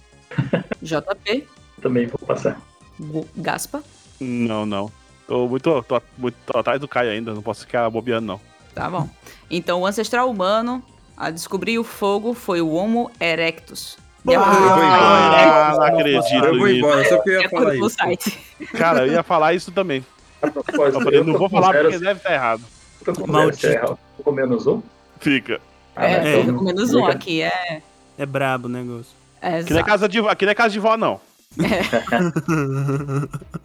Speaker 2: JP.
Speaker 4: Também vou passar.
Speaker 2: Gu- Gaspa.
Speaker 5: Não, não. Tô muito, tô, muito tô atrás do Caio ainda, não posso ficar bobeando, não.
Speaker 2: Tá bom. Então, o ancestral humano a descobrir o fogo foi o Homo erectus. De acordo-
Speaker 3: Ah, eu vou embora.
Speaker 5: Ah, não acredito
Speaker 3: Eu vou
Speaker 5: nisso.
Speaker 3: embora, só que eu
Speaker 2: de
Speaker 3: ia falar
Speaker 2: acordo com o
Speaker 3: isso.
Speaker 2: site.
Speaker 5: Cara, eu ia falar isso também.
Speaker 4: A propósito,
Speaker 5: Eu falei, não
Speaker 4: tô
Speaker 5: vou
Speaker 4: com
Speaker 5: falar
Speaker 4: zero-
Speaker 5: porque deve estar errado.
Speaker 4: tô com zero,
Speaker 1: Maldito.
Speaker 4: se eu errar, eu tô com menos um?
Speaker 5: Fica.
Speaker 4: Ah,
Speaker 2: é,
Speaker 1: é,
Speaker 2: pelo menos um
Speaker 4: obrigado.
Speaker 2: aqui. É,
Speaker 1: É brabo o negócio.
Speaker 2: é
Speaker 5: Aqui não é
Speaker 2: exato.
Speaker 5: casa de, vó- aqui não é casa de vó, não.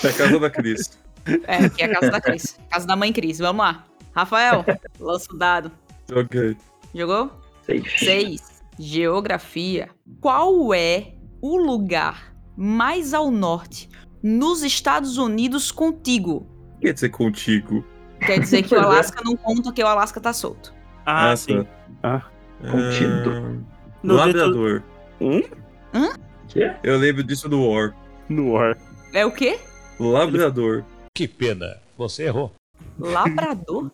Speaker 3: Na casa da Cris.
Speaker 2: É, aqui é a casa da Cris. Casa da mãe Cris. Vamos lá. Rafael, lança o dado.
Speaker 3: ok.
Speaker 2: Jogou?
Speaker 4: Seis.
Speaker 2: 6. Geografia. Qual é o lugar mais ao norte nos Estados Unidos contíguo?
Speaker 3: Quer dizer é contigo.
Speaker 2: Quer dizer que o
Speaker 4: Pois é.
Speaker 2: Alasca não conta que o Alasca tá solto.
Speaker 1: Ah,
Speaker 3: tá.
Speaker 1: sim.
Speaker 5: Ah.
Speaker 3: Contido.
Speaker 1: No
Speaker 3: Ah, Labrador.
Speaker 4: Que?
Speaker 3: Eu lembro disso do War.
Speaker 5: No ar.
Speaker 2: É o quê?
Speaker 3: Labrador.
Speaker 7: Que pena, você errou.
Speaker 2: Labrador?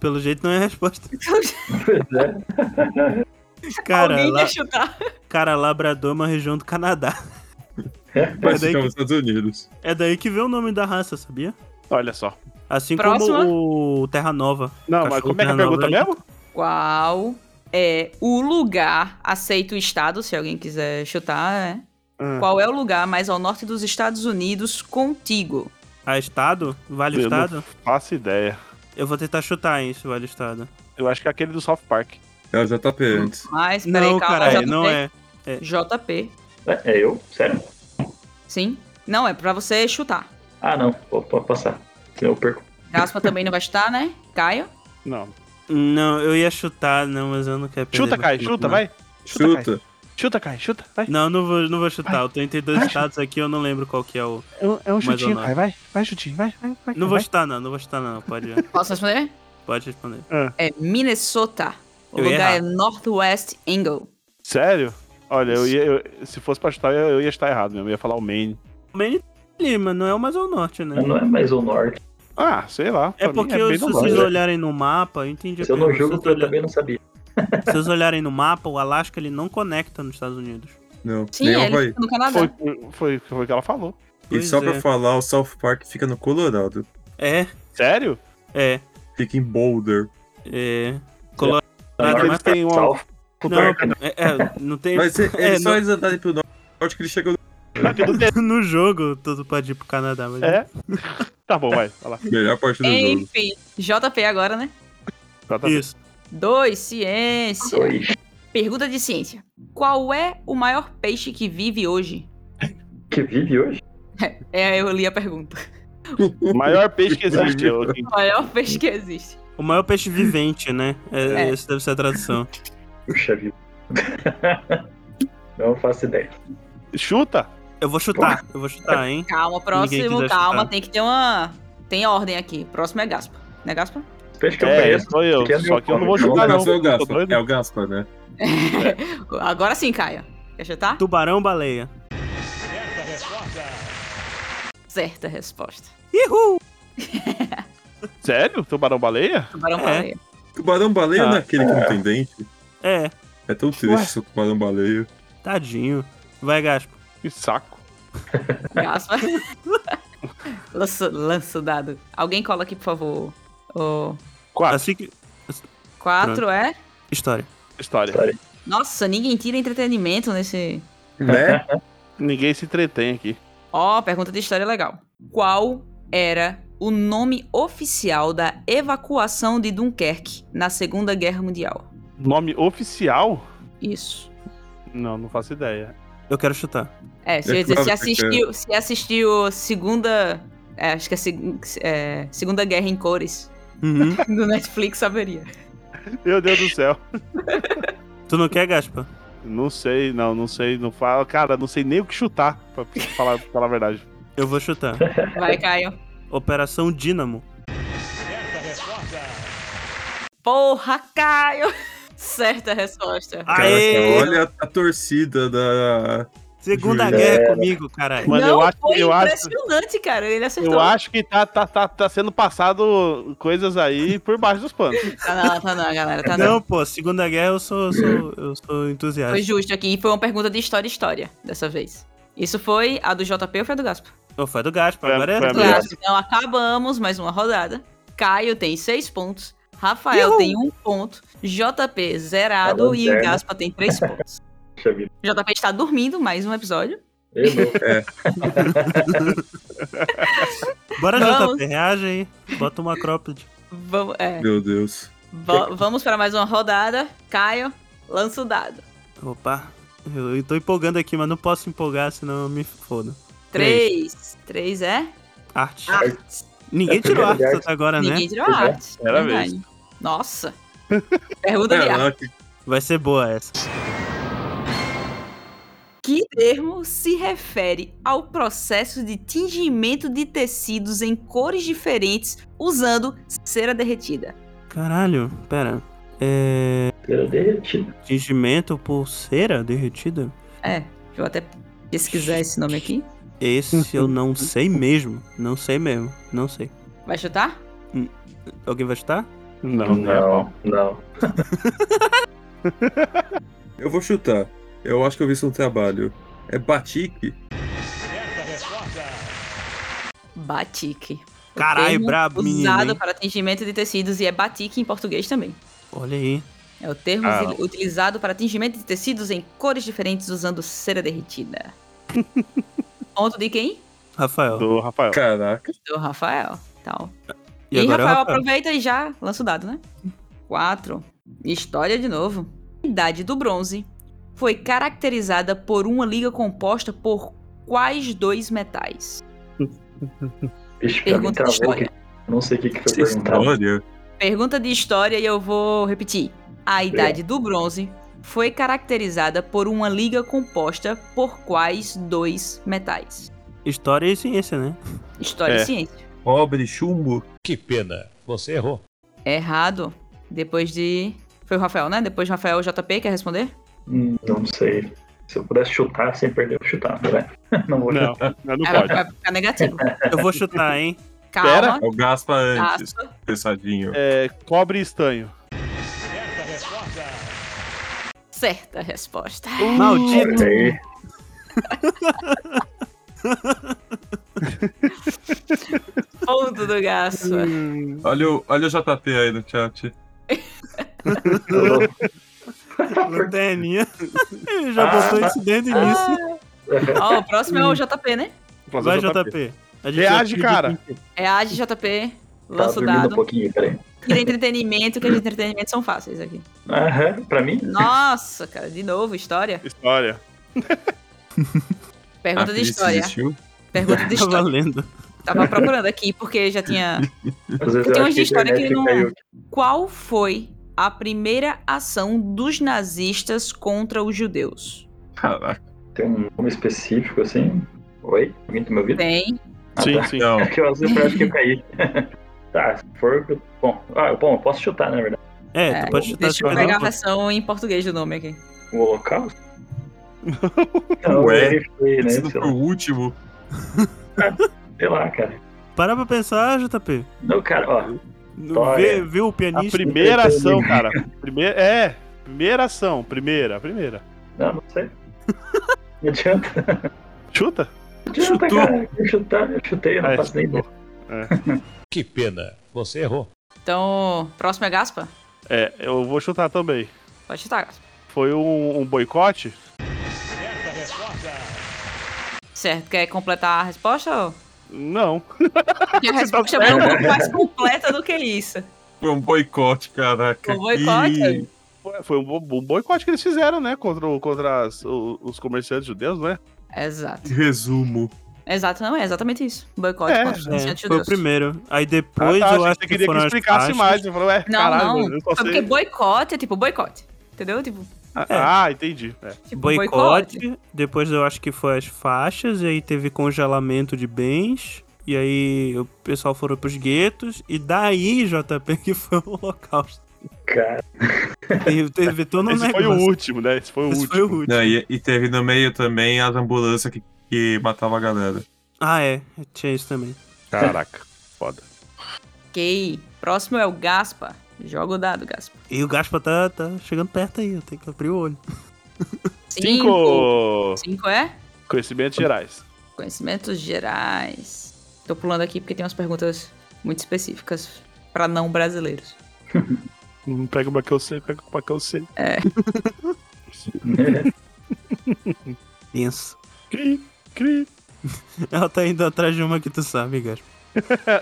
Speaker 1: Pelo jeito não é a resposta.
Speaker 4: Pois é.
Speaker 1: Cara,
Speaker 2: Alguém
Speaker 1: la-
Speaker 2: quer chutar?
Speaker 1: cara, Labrador é uma região do Canadá.
Speaker 4: É,
Speaker 3: Mas
Speaker 1: daí
Speaker 3: fica
Speaker 1: que-
Speaker 3: nos Estados Unidos.
Speaker 1: É daí que vem o nome da raça, sabia?
Speaker 5: Olha só.
Speaker 1: Assim
Speaker 2: Próxima.
Speaker 1: como o Terra Nova.
Speaker 5: Não, mas
Speaker 1: Cachorro
Speaker 5: como é que é a
Speaker 1: Terra
Speaker 5: pergunta
Speaker 1: Nova,
Speaker 5: mesmo?
Speaker 2: Qual é o lugar? Aceita o estado, se alguém quiser chutar, né?
Speaker 5: Ah,
Speaker 2: Qual é o lugar mais ao norte dos Estados Unidos contíguo?
Speaker 1: Ah, estado? Vale o
Speaker 5: Eu não-
Speaker 1: estado?
Speaker 5: faço ideia.
Speaker 1: Eu vou tentar chutar hein, se vale o estado.
Speaker 5: Eu acho que é aquele do South Park.
Speaker 3: É o JP
Speaker 5: Hum.
Speaker 3: antes.
Speaker 2: Mas, peraí,
Speaker 1: Não,
Speaker 2: calma,
Speaker 1: caralho,
Speaker 2: JP.
Speaker 1: não é.
Speaker 2: JP,
Speaker 4: É, é eu? Sério?
Speaker 2: sim? Não, é pra você chutar.
Speaker 4: Ah, não. Pô, Pode passar. Senão eu perco.
Speaker 2: Gaspa também não vai chutar, né? Caio?
Speaker 5: Não.
Speaker 1: Não, eu ia chutar, não, mas eu não quero perder.
Speaker 5: Chuta,
Speaker 1: meu
Speaker 5: Caio,
Speaker 1: tempo,
Speaker 5: chuta,
Speaker 1: não.
Speaker 5: vai. Chuta,
Speaker 3: Chuta.
Speaker 5: Chuta, Caio, chuta, vai.
Speaker 1: Não, não vou, não vou chutar. Eu tenho 32 estados aqui, eu não lembro qual que é o.
Speaker 5: É um, é um
Speaker 1: Mais ou
Speaker 5: chutinho,
Speaker 1: menos.
Speaker 5: Caio, vai. Vai, chutinho, vai. vai, vai
Speaker 1: Não vou
Speaker 5: vai.
Speaker 1: chutar, não, não vou chutar, não. Pode,
Speaker 2: Posso responder?
Speaker 1: pode responder.
Speaker 2: É Minnesota. O
Speaker 1: Eu ia
Speaker 2: lugar
Speaker 1: errar.
Speaker 2: é Northwest Angle.
Speaker 5: Sério? Olha, eu ia, eu- se fosse pra chutar, eu, eu ia estar errado mesmo. Eu ia falar o Maine.
Speaker 1: O Maine tá ali, mas não é o mais ao norte,
Speaker 5: Hum.
Speaker 1: né?
Speaker 4: Não é mais o norte.
Speaker 5: Ah, sei lá.
Speaker 1: É
Speaker 5: pra mim
Speaker 1: porque
Speaker 5: bem
Speaker 1: eu-
Speaker 5: do
Speaker 1: se
Speaker 5: lado.
Speaker 1: vocês olharem no mapa, eu entendi. a
Speaker 4: né? Se eu não
Speaker 1: pergunta.
Speaker 4: jogo,
Speaker 1: se, vocês
Speaker 4: eu
Speaker 1: olha-
Speaker 4: também não sabia.
Speaker 1: se vocês olharem no mapa, o Alasca ele não conecta nos Estados Unidos.
Speaker 3: Não,
Speaker 2: Sim,
Speaker 3: nem o
Speaker 2: é, ele
Speaker 3: Havaí.
Speaker 2: fica no Canadá.
Speaker 5: Foi, foi, foi, foi o que ela falou.
Speaker 3: E
Speaker 1: Pois
Speaker 3: só
Speaker 1: é.
Speaker 3: pra falar, o South Park fica no Colorado.
Speaker 1: É,
Speaker 5: Sério?
Speaker 1: é,
Speaker 3: Fica em Boulder.
Speaker 1: é. Colorado
Speaker 5: Mas
Speaker 1: é
Speaker 5: eles
Speaker 1: mais
Speaker 5: têm uma-
Speaker 4: Salve.
Speaker 1: Não,
Speaker 4: né?
Speaker 1: é, é, não tem.
Speaker 3: Mas ele
Speaker 1: É,
Speaker 3: é, só eles andarem pro norte que ele chegou no
Speaker 1: no jogo, tudo pode ir pro Canadá, mas.
Speaker 5: É? Tá bom, vai. Vai lá.
Speaker 3: melhor É parte do jogo.
Speaker 2: Enfim, JP agora, né?
Speaker 5: Tá, tá.
Speaker 1: é Isso.
Speaker 2: Dois, ciência.
Speaker 4: Dois.
Speaker 2: Pergunta de ciência. Qual é o maior peixe que vive hoje?
Speaker 4: Que vive hoje?
Speaker 2: É, eu li a pergunta.
Speaker 5: O maior peixe que existe. ô, Kim.
Speaker 2: O maior peixe que existe.
Speaker 1: O maior peixe vivente, né? É,
Speaker 2: É.
Speaker 1: Essa deve ser a tradução.
Speaker 4: Puxa vida. Não faço ideia.
Speaker 5: Chuta?
Speaker 1: Eu vou chutar, eu vou chutar, hein?
Speaker 2: Calma,
Speaker 1: Ninguém
Speaker 2: próximo,
Speaker 1: quiser
Speaker 2: calma.
Speaker 1: chutar.
Speaker 2: Tem que ter uma. Tem ordem aqui. Próximo é Gaspa. Não é Gaspa?
Speaker 4: Os peixes que eu
Speaker 5: É,
Speaker 4: conheço.
Speaker 5: sou eu.
Speaker 4: pequeno
Speaker 5: Só que eu não vou
Speaker 4: come,
Speaker 5: chutar,
Speaker 3: Não,
Speaker 5: não.
Speaker 3: é o
Speaker 5: Tô
Speaker 3: Gaspa.
Speaker 5: doido.
Speaker 3: É o Gaspa, né?
Speaker 2: Agora sim, Caio. Quer chutar?
Speaker 1: Tubarão baleia.
Speaker 2: Certa resposta.
Speaker 1: Ihu!
Speaker 5: Sério? Tubarão-baleia?
Speaker 2: Tubarão
Speaker 1: É.
Speaker 2: baleia.
Speaker 3: Tubarão baleia
Speaker 5: Ah.
Speaker 3: não é aquele que não tem dente.
Speaker 1: É,
Speaker 3: É tão triste esse tubarão baleia.
Speaker 1: tadinho. Vai, Gaspo.
Speaker 5: Que saco.
Speaker 2: Gaspa. lança, lança o dado. Alguém cola aqui, por favor. O
Speaker 5: Quatro.
Speaker 1: Assim que.
Speaker 2: quatro é.
Speaker 1: História.
Speaker 5: História.
Speaker 2: Nossa, ninguém tira entretenimento nesse.
Speaker 3: Né?
Speaker 5: Ninguém se entretém aqui.
Speaker 2: Ó, pergunta de história legal. Qual era o nome oficial da evacuação de Dunkerque na Segunda Guerra Mundial?
Speaker 5: Nome oficial?
Speaker 2: Isso.
Speaker 5: Não, não faço ideia.
Speaker 1: Eu quero chutar.
Speaker 2: É, se,
Speaker 3: É
Speaker 2: eu ia dizer, se
Speaker 3: claro que
Speaker 2: assistiu, se assistiu Segunda. é, acho que é, seg- é, Segunda Guerra em Cores.
Speaker 1: Uhum.
Speaker 2: No Netflix saberia.
Speaker 5: Meu Deus do céu.
Speaker 1: Tu não quer, Gaspa?
Speaker 5: Não sei, não, não sei, não fala. Cara, não sei nem o que chutar, pra falar, pra falar a verdade.
Speaker 1: Eu vou chutar.
Speaker 2: Vai, Caio.
Speaker 1: Operação Dínamo.
Speaker 2: Porra, Caio! Certa resposta.
Speaker 3: Caraca,
Speaker 1: Aê!
Speaker 3: olha a torcida da.
Speaker 1: Segunda
Speaker 3: Julia.
Speaker 1: guerra comigo, caralho.
Speaker 5: Mano,
Speaker 2: Não,
Speaker 5: eu acho,
Speaker 2: foi
Speaker 5: eu acho,
Speaker 2: impressionante, cara. Ele acertou.
Speaker 5: eu acho que tá, tá, tá, tá sendo passado coisas aí por baixo dos panos.
Speaker 2: Tá não, tá não, galera. Tá não.
Speaker 1: Não, pô, Segunda Guerra eu sou, sou- eu sou entusiasta.
Speaker 2: Foi justo aqui. E foi uma pergunta de história e história dessa vez. Isso foi a do JP ou foi a do Gaspa?
Speaker 1: Não, foi do Gaspa,
Speaker 5: Foi-
Speaker 1: agora é.
Speaker 5: foi a
Speaker 1: do
Speaker 5: melhor.
Speaker 1: Gaspa.
Speaker 2: Gaspa. Então acabamos mais uma rodada. Caio tem seis pontos. Rafael tem um ponto. JP zerado
Speaker 4: Tá bom,
Speaker 2: e o
Speaker 4: zero.
Speaker 2: Gaspa tem três pontos.
Speaker 4: Puxa vida.
Speaker 2: JP está dormindo mais um episódio.
Speaker 4: Eu não.
Speaker 1: Bora,
Speaker 2: Vamos.
Speaker 1: JP, reage aí. Bota uma acrópole.
Speaker 2: Vamos, é,
Speaker 3: Meu Deus.
Speaker 2: va- vamos para mais uma rodada. Caio, lança o dado.
Speaker 1: Opa, eu eu tô empolgando aqui, mas não posso empolgar, senão eu me fodo.
Speaker 2: Três. Três é?
Speaker 1: Arte.
Speaker 2: Arte.
Speaker 1: Ninguém
Speaker 4: É a
Speaker 1: tirou
Speaker 4: primeira
Speaker 1: arte
Speaker 4: arte.
Speaker 1: até agora, né?
Speaker 2: Ninguém tirou
Speaker 4: Pois é.
Speaker 2: arte.
Speaker 5: Era
Speaker 2: Verdade. Nossa. Pergunta de arte.
Speaker 3: Caraca,
Speaker 1: Vai ser boa essa.
Speaker 2: Que termo se refere ao processo de tingimento de tecidos em cores diferentes usando cera derretida?
Speaker 1: Caralho, pera. É.
Speaker 4: Era derretido.
Speaker 1: Tingimento por cera derretida?
Speaker 2: É, eu até pesquisar esse nome aqui.
Speaker 1: Esse eu não sei mesmo. Não sei mesmo. Não sei.
Speaker 2: Vai chutar?
Speaker 1: Alguém vai chutar?
Speaker 5: Não, é
Speaker 4: Não, não.
Speaker 3: eu vou chutar. Eu acho que eu vi isso no trabalho. É Batique?
Speaker 2: Batique. O
Speaker 1: Caralho,
Speaker 2: termo
Speaker 1: brabo, menino,
Speaker 2: Usado
Speaker 1: hein?
Speaker 2: para tingimento de tecidos e é batique em português também.
Speaker 1: Olha aí.
Speaker 2: É o termo
Speaker 5: Ah.
Speaker 2: usi- utilizado para tingimento de tecidos em cores diferentes usando cera derretida. Ponto de quem?
Speaker 1: Rafael.
Speaker 5: Do Rafael.
Speaker 3: Caraca.
Speaker 2: Do Rafael. Tal. E,
Speaker 1: E agora é o
Speaker 2: Rafael,
Speaker 1: Rafael.
Speaker 2: aproveita e já lança o dado, né? 4. História de novo. A Idade do Bronze foi caracterizada por uma liga composta por quais dois metais?
Speaker 4: Vixe, pra mim
Speaker 2: Pergunta de
Speaker 4: travou.
Speaker 2: história.
Speaker 4: que- Não sei o que, que
Speaker 3: Essa
Speaker 4: foi perguntado.
Speaker 3: história.
Speaker 2: Pergunta de história e eu vou repetir. A Idade do Bronze foi caracterizada por uma liga composta por quais dois metais?
Speaker 1: História e ciência, né?
Speaker 2: História
Speaker 5: É.
Speaker 2: e ciência.
Speaker 3: Cobre, chumbo.
Speaker 7: Que pena, você errou.
Speaker 2: Errado. Depois de. Foi o Rafael, né? Depois de Rafael, o JP quer responder?
Speaker 4: Hum, Não sei. Se eu pudesse chutar sem perder, eu chutava, né? Não vou
Speaker 5: Não,
Speaker 4: chutar.
Speaker 5: não, não
Speaker 2: Aí vai-
Speaker 5: pode.
Speaker 2: vai ficar negativo.
Speaker 1: Eu vou chutar, hein?
Speaker 2: Calma.
Speaker 3: É o Gaspa antes,
Speaker 2: Aspa.
Speaker 3: pensadinho.
Speaker 5: É, cobre e estanho.
Speaker 2: Certa resposta.
Speaker 1: Maldito!
Speaker 4: Olha aí.
Speaker 2: Ponto do gasto.
Speaker 3: Olha o, olha o JP aí no chat.
Speaker 1: Não tem aninha. Ele já botou isso desde
Speaker 2: Ah.
Speaker 1: o início.
Speaker 2: Ó, o próximo é o JP, né?
Speaker 1: Vai, JP. A gente
Speaker 5: Reage,
Speaker 1: tá
Speaker 5: cara.
Speaker 2: É a JP,
Speaker 4: Tava
Speaker 2: lança o
Speaker 4: dormindo um
Speaker 2: dado.
Speaker 4: pouquinho, peraí.
Speaker 2: Tira entretenimento, que os entretenimentos são fáceis aqui.
Speaker 4: Aham, pra mim?
Speaker 2: Nossa, cara, de novo, história.
Speaker 3: um
Speaker 5: História.
Speaker 2: Pergunta de
Speaker 3: Ah, Cris
Speaker 2: história.
Speaker 3: desistiu?
Speaker 2: Pergunta de
Speaker 1: tá
Speaker 2: história.
Speaker 1: valendo.
Speaker 2: Tava procurando aqui porque já tinha.
Speaker 4: Às vezes
Speaker 2: Tem
Speaker 4: eu
Speaker 2: umas
Speaker 4: acho que a
Speaker 2: histórias que
Speaker 4: internet
Speaker 2: não- é.
Speaker 4: caiu.
Speaker 2: Qual foi a primeira ação dos nazistas contra os judeus?
Speaker 3: Caraca.
Speaker 4: Tem um nome específico assim. Oi? Alguém tá me ouvindo?
Speaker 2: Tem.
Speaker 5: Sim, sim.
Speaker 3: Ah, Não,
Speaker 4: É que eu sempre acho que eu caí. tá, se for. Bom, ah, bom, eu posso chutar, na verdade.
Speaker 1: É,
Speaker 2: É,
Speaker 1: tu pode chutar
Speaker 2: Deixa
Speaker 1: se
Speaker 2: eu
Speaker 1: quiser.
Speaker 2: pegar a versão em português do nome aqui.
Speaker 4: O Holocausto? Não,
Speaker 3: Ué,
Speaker 4: ele foi, né?
Speaker 3: sendo
Speaker 4: Sei
Speaker 3: por
Speaker 4: lá,
Speaker 3: último.
Speaker 4: sei lá, cara.
Speaker 1: Para pra pensar, JP.
Speaker 4: Não, cara, ó.
Speaker 1: Vê,
Speaker 4: Olha.
Speaker 1: viu o
Speaker 5: A
Speaker 1: pianista?
Speaker 5: primeira ação, cara. Primeira, é, primeira ação. Primeira, primeira.
Speaker 4: Não, não sei. Não adianta.
Speaker 5: Chuta.
Speaker 4: Não adianta,
Speaker 1: Chutou.
Speaker 4: cara. Eu chutar, eu chutei, eu não
Speaker 5: É,
Speaker 4: faço nem ideia.
Speaker 7: Que pena, você errou.
Speaker 2: Então, próximo é Gaspa?
Speaker 5: É, eu vou chutar também.
Speaker 2: Pode chutar, Gaspa.
Speaker 5: Foi um, um boicote?
Speaker 2: Certo, quer completar a resposta? Ou...
Speaker 5: Não.
Speaker 2: Porque a
Speaker 1: Tá
Speaker 2: resposta é um pouco mais completa do que isso.
Speaker 3: Foi um boicote, caraca.
Speaker 2: Um boicote?
Speaker 3: Ih,
Speaker 5: Foi- Foi um, bo- um boicote que eles fizeram, né? Contra, o- contra as- o- os comerciantes judeus, né?
Speaker 2: Exato.
Speaker 3: Resumo.
Speaker 2: Exato, não, é exatamente isso. Boicote
Speaker 5: É,
Speaker 2: contra os
Speaker 1: É,
Speaker 2: comerciantes
Speaker 1: foi o
Speaker 2: judeus.
Speaker 1: primeiro. Aí depois
Speaker 5: Ah, tá,
Speaker 1: eu acho
Speaker 5: achei que
Speaker 1: que,
Speaker 5: você queria
Speaker 1: foram
Speaker 5: que
Speaker 1: as
Speaker 5: explicasse
Speaker 1: faixas.
Speaker 5: mais. Eu falei, ué,
Speaker 2: Não,
Speaker 5: caralho,
Speaker 2: não.
Speaker 5: mano, eu só
Speaker 2: Foi porque
Speaker 5: sei.
Speaker 2: boicote é tipo boicote. Entendeu? Tipo,
Speaker 5: Ah, entendi. É.
Speaker 2: tipo
Speaker 1: Boicote, depois eu acho que foi as faixas, e aí teve congelamento de bens, e aí o pessoal foram pros guetos, e daí, JP, que foi o holocausto.
Speaker 4: Cara,
Speaker 1: E teve todo um
Speaker 5: Esse foi
Speaker 1: negócio.
Speaker 5: o último, né? Esse foi o
Speaker 1: Esse
Speaker 5: último.
Speaker 1: foi o último.
Speaker 3: Não, e, e teve no meio também as ambulâncias que, que matavam a galera.
Speaker 1: Ah, é. Tinha isso também.
Speaker 5: Caraca, foda.
Speaker 2: Ok. Próximo é o Gaspa. Joga o dado, Gaspa.
Speaker 1: E o Gaspa tá, tá chegando perto aí, eu tenho que abrir o olho.
Speaker 5: Cinco!
Speaker 2: Cinco é?
Speaker 5: Conhecimentos gerais.
Speaker 2: Conhecimentos gerais. Tô pulando aqui porque tem umas perguntas muito específicas pra não brasileiros.
Speaker 5: Hum, Pega uma que eu sei, pega uma que eu sei.
Speaker 4: né?
Speaker 1: Pensa.
Speaker 5: Cri, cri.
Speaker 1: Ela tá indo atrás de uma que tu sabe, Gaspa.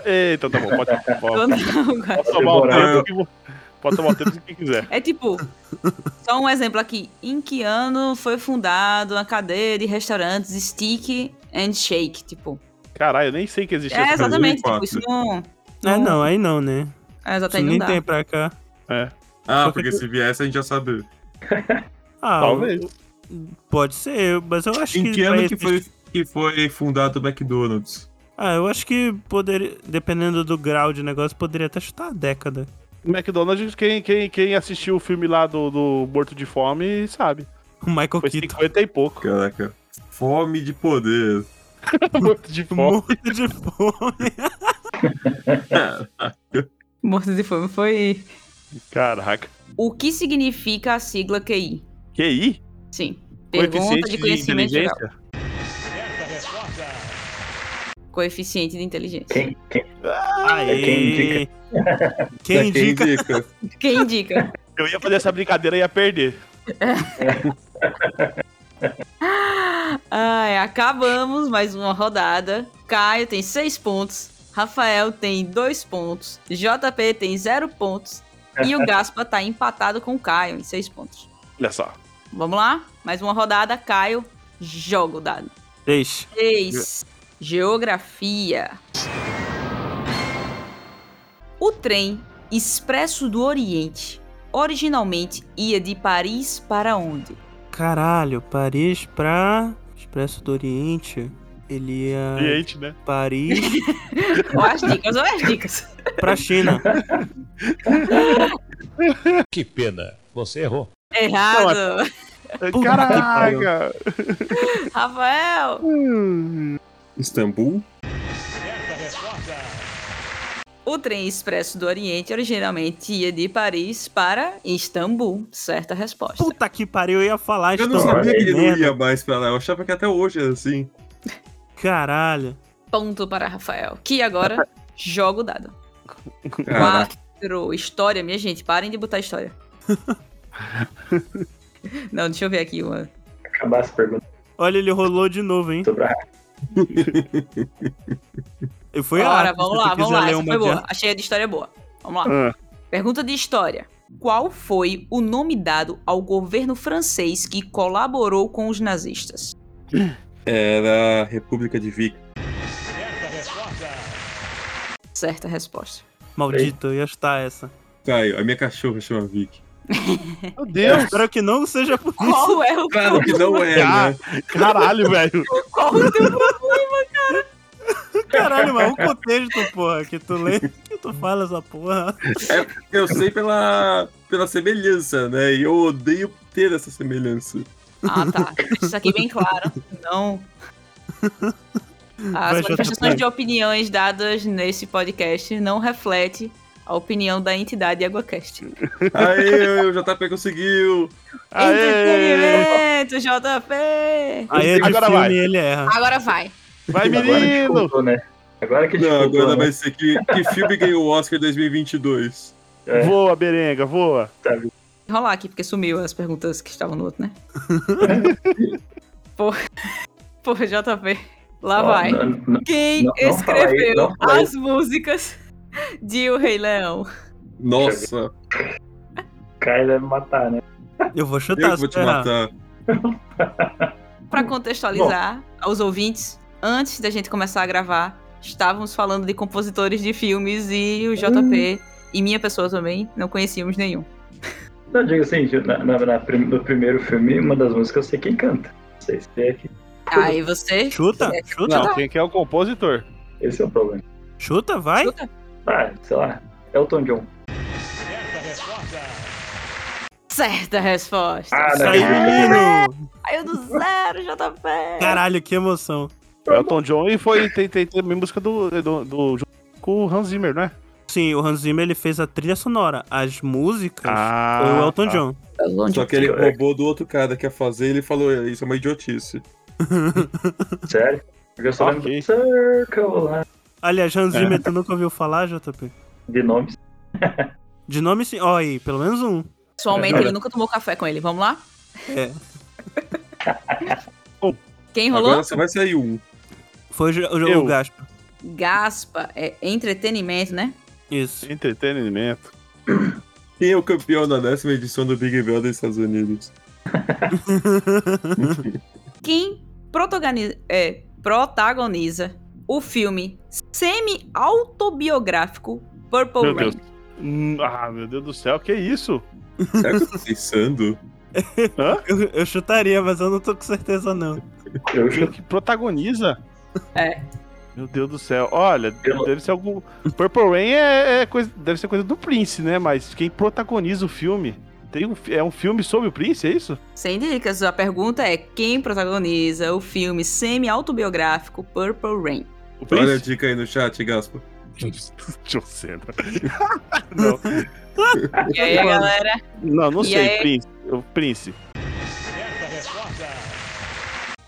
Speaker 5: Eita, tá bom, pode,
Speaker 2: Eu
Speaker 5: pode,
Speaker 2: não, Gaspa.
Speaker 5: pode tomar o
Speaker 3: Demorar.
Speaker 5: tempo que vo- Pode tomar o tempo que quiser.
Speaker 2: É tipo, só um exemplo aqui. Em que ano foi fundado a cadeia de restaurantes Stick and Shake? Tipo,
Speaker 5: Caralho, eu nem sei que existe
Speaker 2: é
Speaker 5: essa coisa.
Speaker 2: exatamente. Tipo,
Speaker 3: 2004.
Speaker 2: isso não.
Speaker 1: É, não, aí não, né?
Speaker 2: É
Speaker 1: Isso
Speaker 2: exatamente,
Speaker 1: nem
Speaker 2: não dá.
Speaker 1: tem pra cá.
Speaker 5: É,
Speaker 3: Ah, porque se viesse a gente já sabia.
Speaker 1: Ah,
Speaker 5: Talvez.
Speaker 1: pode ser, mas eu acho
Speaker 3: Em
Speaker 1: que.
Speaker 3: que ano
Speaker 1: vai
Speaker 3: que
Speaker 1: existir-
Speaker 3: foi, que foi fundado o McDonald's?
Speaker 1: Ah, eu acho que poderia, dependendo do grau de negócio, poderia até chutar a década.
Speaker 5: McDonald's, quem, quem, quem assistiu o filme lá do, do Morto de Fome sabe.
Speaker 1: O Michael
Speaker 5: Foi
Speaker 1: Keaton.
Speaker 5: 50 e pouco.
Speaker 3: Caraca. Fome de poder.
Speaker 5: Morto de Fome.
Speaker 1: Morto Um de fome.
Speaker 2: Morto de fome foi.
Speaker 5: Caraca.
Speaker 2: O que significa a sigla QI?
Speaker 5: QI?
Speaker 2: Sim. Pergunta
Speaker 5: Coeficiente
Speaker 2: de
Speaker 5: de,
Speaker 2: conhecimento geral.
Speaker 5: inteligência?
Speaker 2: Coeficiente de inteligência.
Speaker 4: quem, quem,
Speaker 2: Ah, é.
Speaker 1: Aê.
Speaker 4: quem
Speaker 1: Quem indica?
Speaker 3: indica?
Speaker 2: Quem indica?
Speaker 5: Eu ia fazer essa brincadeira e ia perder.
Speaker 2: Ai, Ah, é, acabamos mais uma rodada. Caio tem seis pontos. Rafael tem dois pontos. JP tem zero pontos. E o Gaspa tá empatado com o Caio em seis pontos.
Speaker 5: Olha só.
Speaker 2: Vamos lá? Mais uma rodada. Caio, joga o dado.
Speaker 1: Deixa.
Speaker 2: Seis. Geografia. O trem Expresso do Oriente originalmente ia de Paris para onde?
Speaker 1: Caralho, Paris pra. Expresso do Oriente. Ele ia.
Speaker 5: Cliente, né?
Speaker 1: Paris
Speaker 2: Ou as dicas, ou as dicas.
Speaker 1: pra China.
Speaker 7: Que pena, você errou.
Speaker 2: Errado.
Speaker 5: É Caraca!
Speaker 2: Rafael,
Speaker 3: Istambul?
Speaker 2: O trem expresso do Oriente originalmente ia de Paris para Istambul. Certa resposta.
Speaker 1: Puta que pariu, eu ia falar
Speaker 3: Eu não
Speaker 1: Istambul,
Speaker 3: sabia que ele não
Speaker 1: merda.
Speaker 3: ia mais pra lá. Eu achava que até hoje era assim.
Speaker 1: Caralho.
Speaker 2: Ponto para Rafael, que agora joga o dado.
Speaker 3: Caraca.
Speaker 2: Quatro. História, minha gente, parem de botar história. Não, deixa eu ver aqui uma.
Speaker 4: Acabar essa pergunta
Speaker 1: Olha, ele rolou de novo, hein?
Speaker 4: sobre a
Speaker 1: E Foi
Speaker 2: Bora,
Speaker 1: rápido,
Speaker 2: vamos
Speaker 1: se tu
Speaker 2: lá, vamos
Speaker 1: quiser
Speaker 2: lá.
Speaker 1: ler
Speaker 2: Essa
Speaker 1: uma
Speaker 2: foi
Speaker 1: de
Speaker 2: boa.
Speaker 1: arte.
Speaker 2: Achei a de história boa. Vamos lá.
Speaker 5: Ah,
Speaker 2: Pergunta de história. Qual foi o nome dado ao governo francês que colaborou com os nazistas?
Speaker 3: Era a República de Vic.
Speaker 2: Certa resposta.
Speaker 1: Maldito, eu ia chutar essa.
Speaker 3: Caio, a minha cachorra chama Vic.
Speaker 5: meu
Speaker 1: Eu
Speaker 5: Deus,
Speaker 1: espero que não seja por isso.
Speaker 2: Qual é o,
Speaker 3: Claro que não é, né?
Speaker 5: Ah, caralho, velho.
Speaker 2: qual o teu problema?
Speaker 1: Caralho, mas o contexto, porra, que tu lê, que tu fala essa porra.
Speaker 3: Eu sei pela, pela semelhança, né? E eu odeio ter essa semelhança.
Speaker 2: Ah, tá. Deixa isso aqui bem claro. Não.
Speaker 1: Vai,
Speaker 2: As
Speaker 1: Jota,
Speaker 2: manifestações
Speaker 1: vai.
Speaker 2: de opiniões dadas nesse podcast não refletem a opinião da entidade AguaCast.
Speaker 3: Aê, o JP conseguiu!
Speaker 5: Aê!
Speaker 2: Entretenimento, JP!
Speaker 1: Aí é de
Speaker 5: Agora
Speaker 1: filme
Speaker 5: vai.
Speaker 1: e ele erra.
Speaker 2: Agora vai.
Speaker 5: Vai,
Speaker 4: Agora
Speaker 5: menino!
Speaker 4: descontou, né? Agora que
Speaker 3: Não,
Speaker 4: descontou,
Speaker 3: agora
Speaker 4: né?
Speaker 3: vai ser que, que filme ganhou o Oscar 2022.
Speaker 4: É,
Speaker 5: Voa, Berenga, voa.
Speaker 4: sabe?
Speaker 2: Rolar aqui, porque sumiu as perguntas que estavam no outro, né? Porra, Porra JP. Lá
Speaker 4: Ó,
Speaker 2: vai.
Speaker 4: não- não-
Speaker 2: Quem
Speaker 4: não- não fala aí,
Speaker 2: escreveu
Speaker 4: não fala aí.
Speaker 2: as músicas de O Rei Leão?
Speaker 3: Nossa,
Speaker 4: O Caio vai me matar, né?
Speaker 1: Eu vou chutar,
Speaker 3: eu vou
Speaker 1: se
Speaker 3: te
Speaker 1: tu errar.
Speaker 3: matar.
Speaker 2: Pra contextualizar aos ouvintes, antes da gente começar a gravar, estávamos falando de compositores de filmes e o JP e minha pessoa também não conhecíamos nenhum.
Speaker 4: Não, eu digo assim, na, na- na prim- no primeiro filme, uma das músicas eu sei quem canta. Não sei se é que
Speaker 2: Aí você
Speaker 1: Chuta, chuta,
Speaker 5: Não, quem que é o compositor?
Speaker 4: esse é o problema.
Speaker 1: chuta, vai.
Speaker 2: chuta?
Speaker 4: Ah, sei lá, Elton John.
Speaker 2: Certa resposta.
Speaker 4: Ah,
Speaker 1: Isso
Speaker 4: não.
Speaker 1: aí, menino.
Speaker 2: Saiu do zero, JP.
Speaker 1: Caralho, que emoção.
Speaker 5: É Elton John e foi tem, tem, tem a música do, do, do junto com o Hans Zimmer, não é?
Speaker 1: Sim, o Hans Zimmer, ele fez a trilha sonora. As músicas
Speaker 5: Ah,
Speaker 1: foi o Elton
Speaker 5: tá.
Speaker 1: John.
Speaker 3: Só que ele roubou do outro cara que ia fazer ele falou: Isso é uma idiotice.
Speaker 4: Sério? Porque eu só lembro
Speaker 5: Ok.
Speaker 4: do Circle lá.
Speaker 1: Aliás, Hans Zimmer, tu nunca ouviu falar, JP?
Speaker 4: De nomes.
Speaker 1: De nome sim. Ó, aí, pelo menos um.
Speaker 2: Pessoalmente, ele nunca tomou café com ele. Vamos lá?
Speaker 1: É.
Speaker 2: Quem rolou?
Speaker 3: Agora só vai sair um.
Speaker 1: Foi o, Jo- o,
Speaker 5: Eu.
Speaker 1: o Gaspa.
Speaker 2: Gaspa é entretenimento, né?
Speaker 1: Isso.
Speaker 5: Entretenimento.
Speaker 3: Quem é o campeão da décima edição do Big Brother dos Estados Unidos?
Speaker 2: Quem protagoniza, é, protagoniza o filme semi-autobiográfico Purple
Speaker 5: Meu
Speaker 2: Rain?
Speaker 5: Deus. Hum, Ah, meu Deus do céu, que isso?
Speaker 3: Será que eu tô pensando?
Speaker 1: Eu, eu chutaria, mas eu não tô com certeza, não.
Speaker 4: Eu
Speaker 5: Quem
Speaker 4: juro.
Speaker 5: que protagoniza?
Speaker 2: É.
Speaker 5: Meu Deus do céu. Olha,
Speaker 4: Eu-
Speaker 5: deve ser algum. Purple Rain é, é coisa, deve ser coisa do Prince, né? Mas quem protagoniza o filme? Tem um, fi- é um filme sobre o Prince, é isso?
Speaker 2: Sem dicas, a pergunta é quem protagoniza o filme semi-autobiográfico Purple Rain?
Speaker 5: O Prince?
Speaker 3: Olha a dica aí no chat, Gaspa.
Speaker 5: John Cena. né? não,
Speaker 2: E aí, galera?
Speaker 5: não, não
Speaker 2: E
Speaker 5: sei,
Speaker 2: aí?
Speaker 5: Prince. O Prince.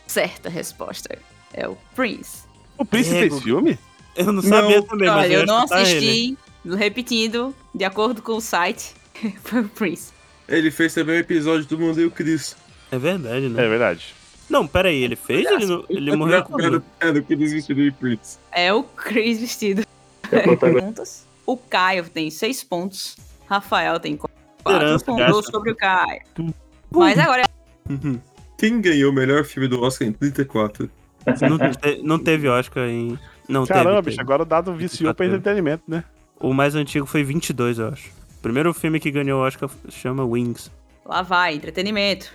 Speaker 2: Certa resposta. É o Prince.
Speaker 5: O Prince
Speaker 1: Diego.
Speaker 5: fez filme?
Speaker 1: Eu não sabia
Speaker 3: Não.
Speaker 1: também, mas
Speaker 2: Olha,
Speaker 1: eu,
Speaker 2: eu
Speaker 1: ia
Speaker 2: não
Speaker 1: chutar ele.
Speaker 2: assisti, repetindo, de acordo com o site, foi o Prince.
Speaker 3: Ele fez também o episódio do Mundo e o Chris.
Speaker 1: É verdade, né?
Speaker 5: É verdade.
Speaker 1: Não, pera aí, ele fez? Ele, não-
Speaker 2: tá
Speaker 1: ele morreu com
Speaker 3: Era, era o Chris vestido de Prince.
Speaker 2: É o Chris vestido.
Speaker 4: É protagonista.
Speaker 2: Perguntas. O Caio tem seis pontos. Rafael tem quatro
Speaker 1: Esperança,
Speaker 2: pontos
Speaker 1: graças.
Speaker 2: sobre o Caio. Mas agora
Speaker 1: Uhum.
Speaker 3: Quem ganhou o melhor filme do Oscar em 34?
Speaker 1: não, te- não teve Oscar em... Não
Speaker 5: Caramba,
Speaker 1: teve.
Speaker 5: bicho,
Speaker 1: teve.
Speaker 5: agora o dado viciou pra entretenimento, né?
Speaker 1: O mais antigo foi 22, eu acho. O primeiro filme que ganhou Oscar chama Wings.
Speaker 2: Lá vai, entretenimento.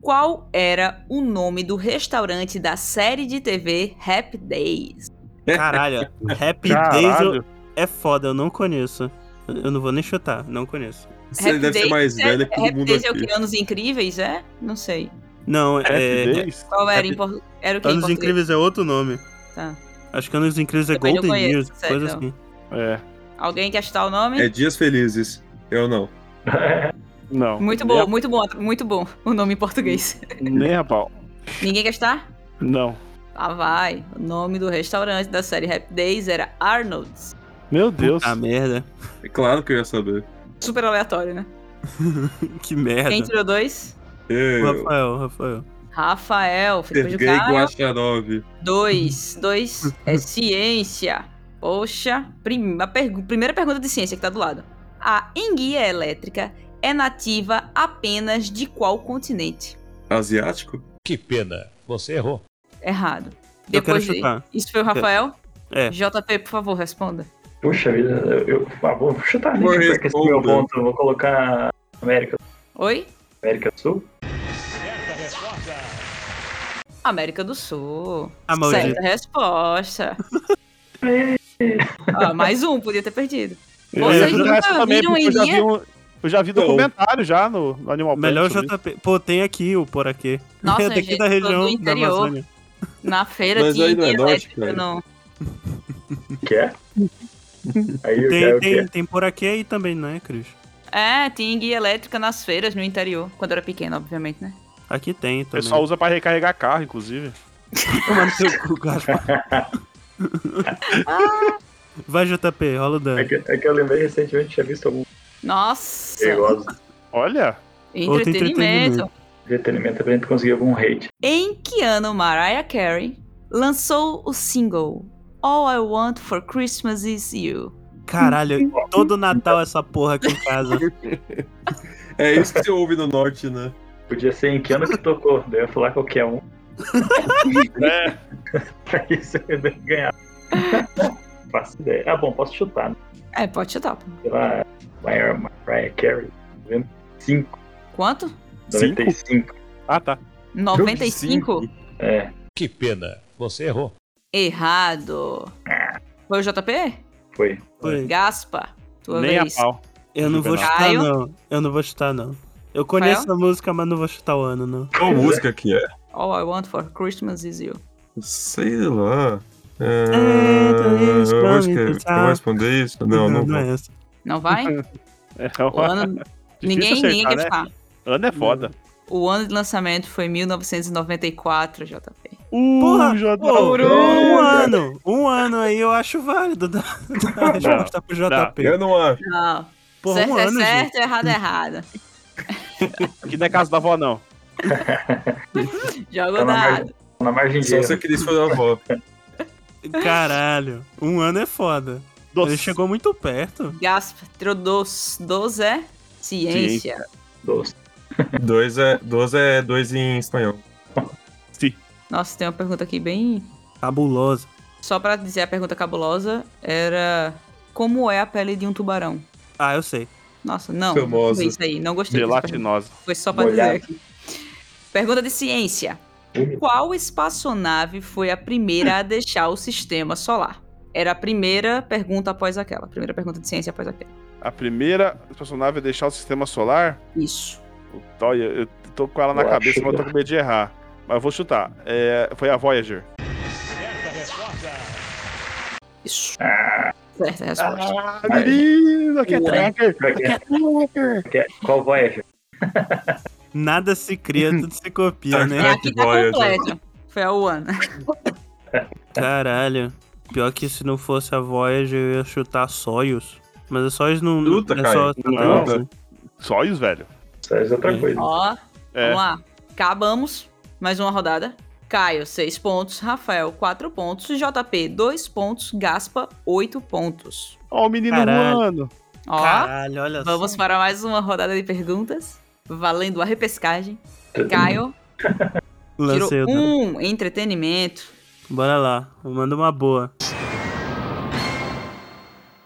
Speaker 2: Qual era o nome do restaurante da série de TV Happy Days?
Speaker 1: Caralho, Happy Days eu-
Speaker 5: Caralho.
Speaker 1: é foda, eu não conheço. Eu não vou nem chutar, não conheço.
Speaker 3: Você
Speaker 2: Happy
Speaker 3: deve ser
Speaker 2: Days
Speaker 3: mais
Speaker 2: é-
Speaker 3: velho que todo
Speaker 2: Happy
Speaker 3: mundo
Speaker 2: Days é o
Speaker 3: aqui.
Speaker 2: que? Anos Incríveis, é? Não sei.
Speaker 1: Não,
Speaker 5: Happy
Speaker 1: é...
Speaker 5: Days?
Speaker 2: Qual era,
Speaker 1: Happy-
Speaker 2: em por... era o que em
Speaker 1: É Anos
Speaker 2: português?
Speaker 1: Incríveis é outro nome.
Speaker 2: Tá.
Speaker 1: Acho que Anos Incríveis é
Speaker 2: Também não
Speaker 1: Golden
Speaker 2: conheço,
Speaker 1: Years,
Speaker 2: sério.
Speaker 1: coisa assim.
Speaker 5: É.
Speaker 2: Alguém quer chutar o nome?
Speaker 3: É Dias Felizes. Eu não.
Speaker 5: Não.
Speaker 2: Muito
Speaker 5: Nem
Speaker 2: bom, muito bom, muito bom o nome em português.
Speaker 5: a- Nem a pau.
Speaker 2: Ninguém quer chutar?
Speaker 5: Não.
Speaker 2: Ah, vai. O nome do restaurante da série Happy Days era Arnold's.
Speaker 5: Meu Deus.
Speaker 1: Ah, merda.
Speaker 3: É claro que eu ia saber.
Speaker 2: Super aleatório, né?
Speaker 1: Que
Speaker 2: Quem
Speaker 1: merda.
Speaker 2: tirou dois?
Speaker 1: O
Speaker 3: Eu
Speaker 1: Rafael, o Rafael.
Speaker 2: Rafael, ficou de
Speaker 3: Sergei
Speaker 2: cara.
Speaker 3: Guacharov.
Speaker 2: Dois. Dois é ciência. Poxa, prim- a pergu- primeira pergunta de ciência que tá do lado. A enguia elétrica é nativa apenas de qual continente?
Speaker 3: Asiático?
Speaker 7: Que pena, você errou.
Speaker 2: Errado.
Speaker 1: Eu quero
Speaker 2: de-
Speaker 1: chutar.
Speaker 2: Isso foi o Rafael?
Speaker 1: É.
Speaker 2: JP, por favor, responda.
Speaker 4: Puxa vida, eu, eu ah, vou chutar
Speaker 3: Vou
Speaker 4: nem perca esse meu
Speaker 3: responder.
Speaker 4: ponto. Vou colocar América,
Speaker 2: Oi?
Speaker 4: América do Sul.
Speaker 2: América do Sul.
Speaker 1: Ah, maldito.
Speaker 2: Certa resposta. Ah, mais um, podia ter perdido.
Speaker 5: Eu
Speaker 2: Vocês
Speaker 5: ia
Speaker 2: nunca
Speaker 5: essa também,
Speaker 2: viram
Speaker 5: porque eu já
Speaker 2: Enguia?
Speaker 5: vi um- Eu já vi
Speaker 3: Não.
Speaker 5: documentário já no, no Animal Planet
Speaker 1: Melhor tá-
Speaker 5: sobre isso.
Speaker 1: JP. Pô, tem aqui o por aqui.
Speaker 2: Nossa,
Speaker 1: é daqui
Speaker 2: gente,
Speaker 1: da
Speaker 2: eu tô do
Speaker 1: região da
Speaker 2: interior.
Speaker 1: Amazônia.
Speaker 2: Na feira
Speaker 3: Mas
Speaker 2: tinha
Speaker 3: aí não é
Speaker 2: enguia
Speaker 3: norte,
Speaker 2: elétrica,
Speaker 3: cara.
Speaker 2: não.
Speaker 4: Que é? Aí eu
Speaker 1: Tem,
Speaker 4: quero
Speaker 1: tem,
Speaker 4: que
Speaker 1: tem por aqui aí também, né, Cris?
Speaker 2: É, tinha enguia elétrica nas feiras no interior. Quando eu era pequena, obviamente, né?
Speaker 1: Aqui tem
Speaker 5: O
Speaker 1: também.
Speaker 5: pessoal usa pra recarregar carro, inclusive.
Speaker 1: Toma no seu cu, Gaspar. Ah. Vai, JP, rola o
Speaker 4: é
Speaker 1: dano.
Speaker 4: que, é que eu lembrei recentemente tinha visto algum
Speaker 2: Nossa!
Speaker 4: perigoso
Speaker 5: Olha,
Speaker 1: Outro
Speaker 2: Entretenimento.
Speaker 1: entretenimento.
Speaker 4: entretenimento pra gente conseguir algum hate.
Speaker 2: Em que ano Mariah Carey lançou o single All I Want for Christmas Is You?
Speaker 1: Caralho, todo Natal essa porra aqui em casa.
Speaker 3: É isso que você ouve no norte, né?
Speaker 4: Podia ser em que ano que tocou, daí eu ia falar qualquer um.
Speaker 5: É.
Speaker 4: Pra isso eu ia ganhar. Faço ideia. Ah, bom, posso chutar, né?
Speaker 2: É, pode chutar.
Speaker 4: Sei lá, Mariah Mariah Carey, tá vendo? 5,
Speaker 2: Quanto?
Speaker 4: 95.
Speaker 5: ah tá.
Speaker 2: 95?
Speaker 4: É,
Speaker 7: Que pena, você errou.
Speaker 2: Errado. Foi o JP?
Speaker 4: foi.
Speaker 1: Foi.
Speaker 2: Gaspa, tua
Speaker 5: Nem
Speaker 2: vez.
Speaker 5: a pau.
Speaker 1: Eu não vou chutar,
Speaker 2: Caio?
Speaker 1: não. Eu não vou chutar, não. Eu conheço a música, mas não vou chutar o ano, não.
Speaker 3: Qual música que é?
Speaker 2: All I want for Christmas is you.
Speaker 3: Sei lá. Ah,
Speaker 1: É,
Speaker 3: eu, vou
Speaker 1: deixa eu
Speaker 3: esque-
Speaker 1: pensar.
Speaker 3: eu vou responder isso? Não, não
Speaker 1: não
Speaker 3: vou.
Speaker 1: é essa.
Speaker 2: Não vai?
Speaker 5: É
Speaker 2: O
Speaker 5: uma...
Speaker 2: ano...
Speaker 5: Difícil
Speaker 2: ninguém, ninguém
Speaker 5: acertar,
Speaker 2: quer
Speaker 5: né?
Speaker 2: chutar.
Speaker 5: Ana é foda.
Speaker 2: O ano de lançamento foi 1994, JP.
Speaker 5: Uh,
Speaker 1: Porra,
Speaker 5: Jota.
Speaker 1: Pô, um
Speaker 3: Bruno!
Speaker 1: ano. Um ano aí eu acho válido dar dar a resposta pro JP.
Speaker 3: Eu não acho.
Speaker 2: Não.
Speaker 1: Porra,
Speaker 2: certo
Speaker 1: um
Speaker 2: é
Speaker 1: ano, gente.
Speaker 2: certo, errado é errado.
Speaker 5: Aqui não é casa da avó, não.
Speaker 2: Jogo
Speaker 4: Tá na
Speaker 2: dado.
Speaker 4: Na margem de
Speaker 3: Só se
Speaker 4: erro.
Speaker 3: eu queria se for da avó.
Speaker 1: Caralho, um ano é foda.
Speaker 5: Doce.
Speaker 1: Ele chegou muito perto.
Speaker 2: Gaspa, tirou 12. 12 é ciência.
Speaker 4: Doce.
Speaker 3: Dois é, dois é dois em espanhol.
Speaker 2: Nossa, tem uma pergunta aqui bem...
Speaker 1: Fabulosa.
Speaker 2: Só pra dizer a pergunta cabulosa, era... Como é a pele de um tubarão?
Speaker 1: Ah, eu sei.
Speaker 2: Nossa, não.
Speaker 3: Famosa.
Speaker 2: Isso aí, não gostei. dessa pergunta.
Speaker 5: Gelatinosa.
Speaker 2: Foi só pra dizer
Speaker 4: Molhado.
Speaker 2: aqui. Pergunta de ciência. Qual espaçonave foi a primeira a deixar o sistema solar? Era a primeira pergunta após aquela. Primeira pergunta de ciência após aquela.
Speaker 5: A primeira espaçonave a deixar o sistema solar.
Speaker 2: Isso.
Speaker 5: Puta, Olha, eu tô com ela na
Speaker 4: Eu acho
Speaker 5: cabeça, mas eu tô com medo de errar. Mas eu vou chutar. É, foi a Voyager.
Speaker 2: Isso. Certa a resposta.
Speaker 4: Ai.
Speaker 5: menino, aqui é
Speaker 4: Ué.
Speaker 5: tracker.
Speaker 4: Pra quê? Quer- Qual Voyager?
Speaker 1: Nada se cria, tudo se copia,
Speaker 2: É
Speaker 1: né?
Speaker 2: aqui tá
Speaker 3: Voyager.
Speaker 2: completa. Foi a One.
Speaker 1: Caralho. Pior que se não fosse a Voyager, eu ia chutar Soyuz. Mas a Soyuz não...
Speaker 3: Luta,
Speaker 1: é
Speaker 3: cara.
Speaker 1: só satélite,
Speaker 5: Luta.
Speaker 1: né?
Speaker 5: Sóios, velho.
Speaker 4: Isso é outra coisa.
Speaker 2: Ó,
Speaker 5: É.
Speaker 2: vamos lá. Acabamos. Mais uma rodada. Caio, 6 pontos. Rafael, 4 pontos. JP, 2 pontos. Gaspa, 8 pontos.
Speaker 5: Ó, o menino
Speaker 1: Caralho.
Speaker 5: voando.
Speaker 2: Ó.
Speaker 1: Caralho, olha só.
Speaker 2: Vamos para mais uma rodada de perguntas, valendo a repescagem.
Speaker 3: Tá.
Speaker 2: Caio tirou
Speaker 1: Lancei o dado.
Speaker 2: um entretenimento.
Speaker 1: Bora lá, manda uma boa.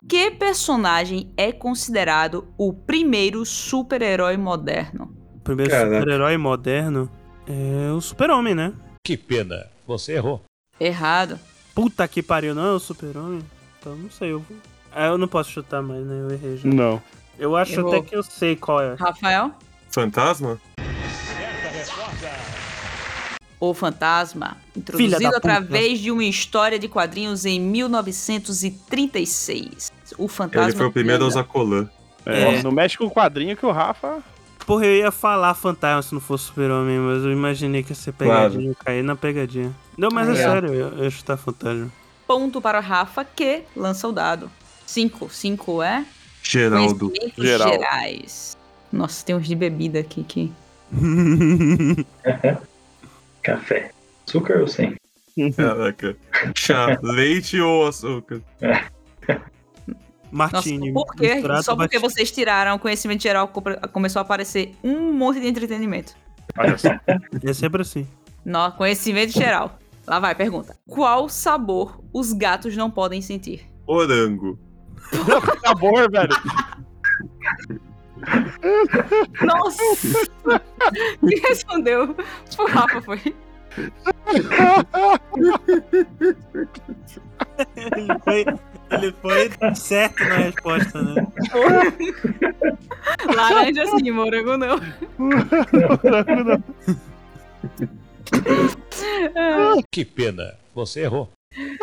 Speaker 2: Que personagem é considerado o primeiro super-herói moderno?
Speaker 1: O Primeiro
Speaker 3: Caraca.
Speaker 1: super-herói moderno é o super-homem, né?
Speaker 7: Que pena, você errou.
Speaker 2: Errado.
Speaker 1: Puta que pariu, não é o super-homem? Então não sei, eu vou... Ah, eu não posso chutar mais, né? Eu errei já.
Speaker 5: Não.
Speaker 1: Eu acho
Speaker 2: Errou.
Speaker 1: até que eu sei qual é.
Speaker 2: Rafael?
Speaker 3: Fantasma?
Speaker 2: O Fantasma,
Speaker 1: Filha
Speaker 2: introduzido
Speaker 1: da
Speaker 2: através de uma história de quadrinhos em 1936. O Fantasma.
Speaker 3: Ele foi o primeiro a usar colã.
Speaker 1: É.
Speaker 5: É. Não mexe com o quadrinho que o Rafa.
Speaker 1: Porra, eu ia falar fantasma se não fosse super-homem, mas eu imaginei que ia ser
Speaker 3: Claro.
Speaker 1: pegadinha, eu caí na pegadinha. Não, mas é,
Speaker 2: É.
Speaker 1: sério, eu eu ia chutar fantasma.
Speaker 2: Ponto para o Rafa, que lança o dado. Cinco. Cinco é?
Speaker 3: Geraldo.
Speaker 2: Conhecimentos
Speaker 5: Geral.
Speaker 2: gerais. Nossa, tem uns de bebida aqui que.
Speaker 4: Café. Açúcar ou sem?
Speaker 3: Caraca. Chá, leite ou açúcar?
Speaker 2: Nossa,
Speaker 1: Martini.
Speaker 2: por quê?
Speaker 1: misturado
Speaker 2: Só porque
Speaker 1: bastante.
Speaker 2: vocês tiraram o conhecimento geral, co- começou a aparecer um monte de entretenimento.
Speaker 5: Olha só.
Speaker 1: É sempre assim.
Speaker 2: No, conhecimento geral. Lá vai, pergunta. Qual sabor os gatos não podem sentir?
Speaker 3: Orango.
Speaker 5: Sabor, velho.
Speaker 2: Nossa! Quem respondeu? O Rafa foi.
Speaker 1: Ele foi, ele foi certo na resposta, né?
Speaker 2: Laranja sim, morango não.
Speaker 7: Que pena, você errou.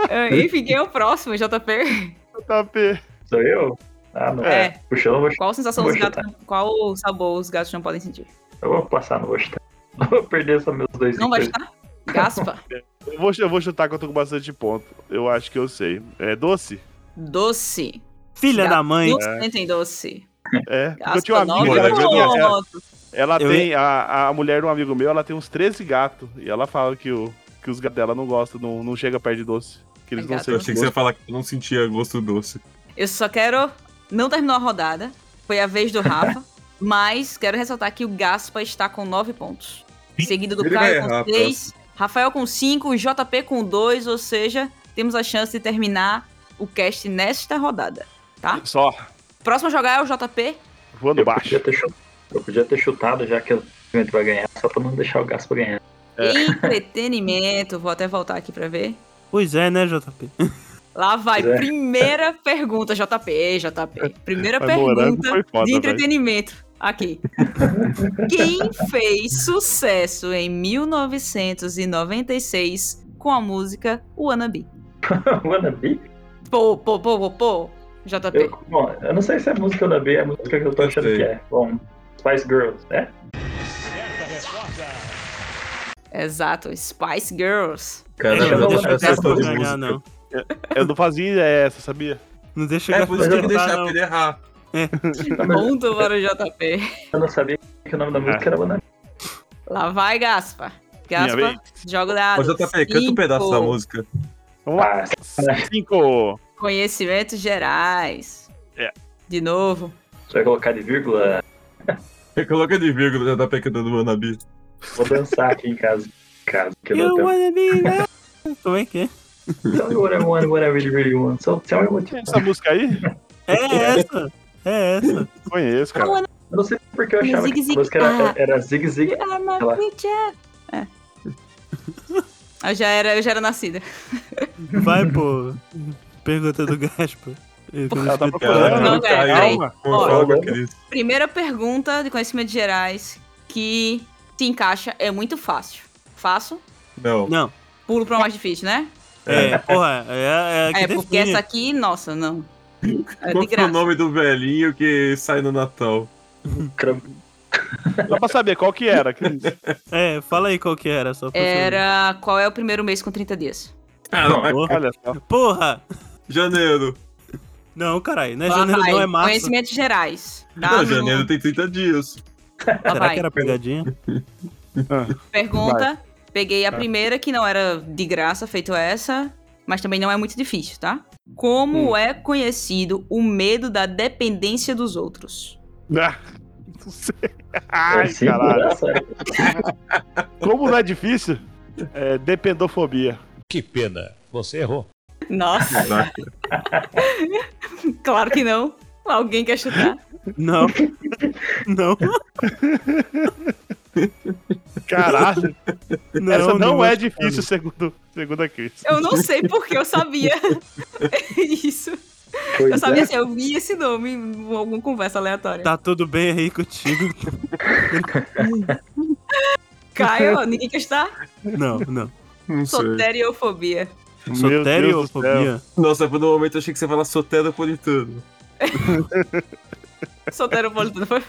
Speaker 2: Ah, Enfim, quem é o próximo, JP?
Speaker 5: JP.
Speaker 4: Sou eu? Ah, não.
Speaker 2: É.
Speaker 4: Puxa, eu não vou chutar.
Speaker 2: Qual sensação
Speaker 4: Vou
Speaker 2: os gatos. Qual sabor os gatos não podem sentir?
Speaker 4: Eu vou passar, não vou chutar. Eu vou perder só meus dois.
Speaker 2: Não vai
Speaker 4: itens.
Speaker 2: chutar? Gaspa.
Speaker 5: Eu vou, eu vou chutar que eu tô com bastante ponto. Eu acho que eu sei. É doce?
Speaker 2: Doce.
Speaker 1: Filha da mãe.
Speaker 2: Não sentem doce.
Speaker 5: É. Porque eu tinha
Speaker 2: Gaspa,
Speaker 5: uma amiga, né?
Speaker 2: nove
Speaker 5: ela tinha, ela,
Speaker 2: pontos.
Speaker 5: ela
Speaker 1: Eu
Speaker 5: tem. A, a mulher de um amigo meu, ela tem uns 13 gatos. E ela fala que, o, que os gatos dela não gostam, não, não chega perto de doce. Que eles
Speaker 2: É
Speaker 5: não
Speaker 2: gato.
Speaker 5: sei
Speaker 3: Eu
Speaker 5: o que
Speaker 3: achei que você ia falar que eu não sentia gosto doce.
Speaker 2: Eu só quero. Não terminou a rodada. Foi a vez do Rafa. mas quero ressaltar que o Gaspa está com 9 pontos. Seguido do
Speaker 3: Ele vai
Speaker 2: Caio
Speaker 3: errar a
Speaker 2: com 6, Rafael com 5, JP com 2, ou seja, temos a chance de terminar o cast nesta rodada. tá?
Speaker 5: Só,
Speaker 2: Próximo a jogar é o JP.
Speaker 5: voando
Speaker 4: Eu
Speaker 5: baixo.
Speaker 4: podia, ter chutado, eu podia ter chutado, já que o Cimento vai ganhar, só pra não deixar o gasto pra ganhar.
Speaker 5: É.
Speaker 2: Entretenimento. Vou até voltar aqui pra ver.
Speaker 1: Pois é, né, JP?
Speaker 2: Lá vai,
Speaker 4: Pois é.
Speaker 2: primeira pergunta, JP, JP. Primeira
Speaker 5: Mas morango
Speaker 2: pergunta
Speaker 5: foi foda, né?
Speaker 2: de
Speaker 5: velho.
Speaker 2: entretenimento. Aqui. Quem fez sucesso em 1996 com a música Wannabe?
Speaker 4: Wannabe?
Speaker 2: Pô, pô, pô, pô, pô, JP.
Speaker 4: Eu, bom, eu não sei se é música Wannabe, é a música que eu tô achando
Speaker 3: Gostei.
Speaker 4: que é. Bom, Spice Girls, né?
Speaker 2: Exato, Spice Girls.
Speaker 3: Cara,
Speaker 1: Deixa eu
Speaker 3: eu vou
Speaker 1: deixar
Speaker 3: deixar essa
Speaker 1: essa
Speaker 3: história de
Speaker 1: ganhar,
Speaker 3: música.
Speaker 1: não.
Speaker 5: Eu não fazia ideia essa, sabia?
Speaker 1: Não deixa
Speaker 3: É,
Speaker 1: eu
Speaker 3: por isso que tem que
Speaker 1: cantar,
Speaker 3: deixar
Speaker 1: não.
Speaker 3: pra ele errar.
Speaker 2: Ponto para o JP.
Speaker 4: Eu não sabia que o nome da música era Wannabe.
Speaker 2: Lá vai, Gaspa.
Speaker 5: Minha
Speaker 2: Gaspa,
Speaker 5: vez.
Speaker 2: joga o dado.
Speaker 3: Ô, JP, canta um pedaço da
Speaker 2: Cinco.
Speaker 3: música.
Speaker 5: Vamos lá.
Speaker 4: Ah,
Speaker 5: Cinco.
Speaker 2: Conhecimentos gerais.
Speaker 5: É.
Speaker 2: De novo.
Speaker 4: você vai colocar de vírgula?
Speaker 3: Você Coloca de vírgula, JP, cantando Manabi.
Speaker 4: Vou dançar aqui em casa. Em casa, que eu
Speaker 1: You
Speaker 4: não tenho.
Speaker 1: wanna be there? Como é que é?
Speaker 4: Tell me what I want, what I really, really want. um So tell me what you want.
Speaker 5: Essa música aí?
Speaker 1: É essa. É essa.
Speaker 5: Conheço, cara.
Speaker 4: Eu não sei porque eu achava que
Speaker 2: Zig-zig. Ah.
Speaker 4: a música era, era Zig Zig. Ela-
Speaker 2: É. Eu já era, eu já era nascida.
Speaker 1: Vai, pô. Pergunta do Gaspa. Eu
Speaker 5: Ela tá
Speaker 1: conheci-
Speaker 5: procurando.
Speaker 2: Não, cara,
Speaker 3: Caio,
Speaker 5: calma.
Speaker 3: como
Speaker 2: Ó.
Speaker 3: fala com aquele.
Speaker 2: Primeira pergunta de conhecimentos gerais que se encaixa é muito fácil. Faço,
Speaker 3: Não.
Speaker 1: Não.
Speaker 2: pulo pra mais difícil, né?
Speaker 1: É, porra, é, é, que
Speaker 2: É, porque
Speaker 1: define.
Speaker 2: essa aqui, nossa, não. É
Speaker 3: Qual
Speaker 2: de
Speaker 3: que é o
Speaker 2: graça.
Speaker 3: nome do velhinho que sai no Natal?
Speaker 4: Cram-
Speaker 5: Dá pra saber qual que era. que-
Speaker 1: É, fala aí qual que era, só pra saber.
Speaker 2: Era qual é o primeiro mês com 30 dias?
Speaker 1: Ah,
Speaker 3: Caraca,
Speaker 1: Porra.
Speaker 5: Olha só.
Speaker 1: Porra!
Speaker 3: janeiro.
Speaker 1: Não, caralho, não é
Speaker 2: Lá
Speaker 1: janeiro,
Speaker 2: vai,
Speaker 1: não é março.
Speaker 2: Conhecimentos gerais. Tá?
Speaker 3: Não,
Speaker 2: No-
Speaker 3: É janeiro tem 30 dias.
Speaker 2: Lá
Speaker 1: Será
Speaker 2: vai.
Speaker 1: que era pegadinha?
Speaker 2: Pergunta. Peguei a primeira, que não era de graça, feito essa, mas também não é muito difícil, tá? Como é conhecido o medo da dependência dos outros?
Speaker 5: Ah, Não sei. Ai,
Speaker 4: é sim,
Speaker 5: caralho.
Speaker 4: graça.
Speaker 5: Como não é difícil? É dependofobia.
Speaker 7: Que pena, você errou.
Speaker 2: Nossa,
Speaker 3: Caraca.
Speaker 2: claro que não. Alguém quer chutar?
Speaker 1: Não. não,
Speaker 5: Caralho.
Speaker 1: não.
Speaker 5: essa não,
Speaker 1: vou
Speaker 5: é
Speaker 1: chutar,
Speaker 5: difícil, segundo, segundo a Cris.
Speaker 2: Eu não sei porque eu sabia isso.
Speaker 4: Pois
Speaker 2: Eu sabia
Speaker 4: é.
Speaker 2: assim, eu vi esse nome em alguma conversa aleatória.
Speaker 1: Tá tudo bem aí contigo.
Speaker 2: Caio, ninguém quer estar.
Speaker 1: Não, não.
Speaker 3: Não sei.
Speaker 2: Soteriofobia.
Speaker 5: Meu Deus do céu.
Speaker 1: Soteriofobia.
Speaker 3: Nossa, por um momento eu achei que você ia falar soteropolitano.
Speaker 2: Soteropolitano foi.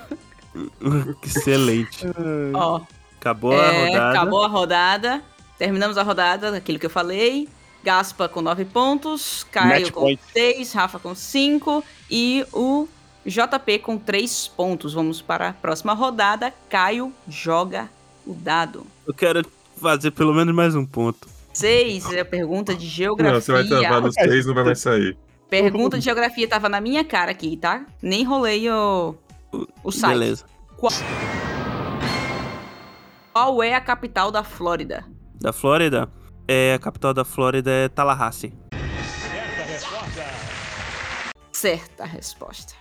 Speaker 1: Excelente.
Speaker 2: Ó.
Speaker 1: Acabou a
Speaker 2: É,
Speaker 1: rodada.
Speaker 2: acabou a rodada. Terminamos a rodada, aquilo que eu falei. Gaspa com 9 pontos, Caio
Speaker 5: Match
Speaker 2: com
Speaker 5: point.
Speaker 2: 6, Rafa com 5 e o JP com 3 pontos. Vamos para a próxima rodada. Caio joga o dado.
Speaker 1: Eu quero fazer pelo menos mais um ponto.
Speaker 2: 6 é a pergunta de geografia.
Speaker 3: Não, você vai travar nos três, não vai mais sair.
Speaker 2: Pergunta de geografia tava na minha cara aqui, tá? Nem rolei o, o site.
Speaker 1: Beleza.
Speaker 2: Qual é a capital da Flórida?
Speaker 1: Da Flórida? É, a capital da Flórida é Tallahassee.
Speaker 2: Certa resposta.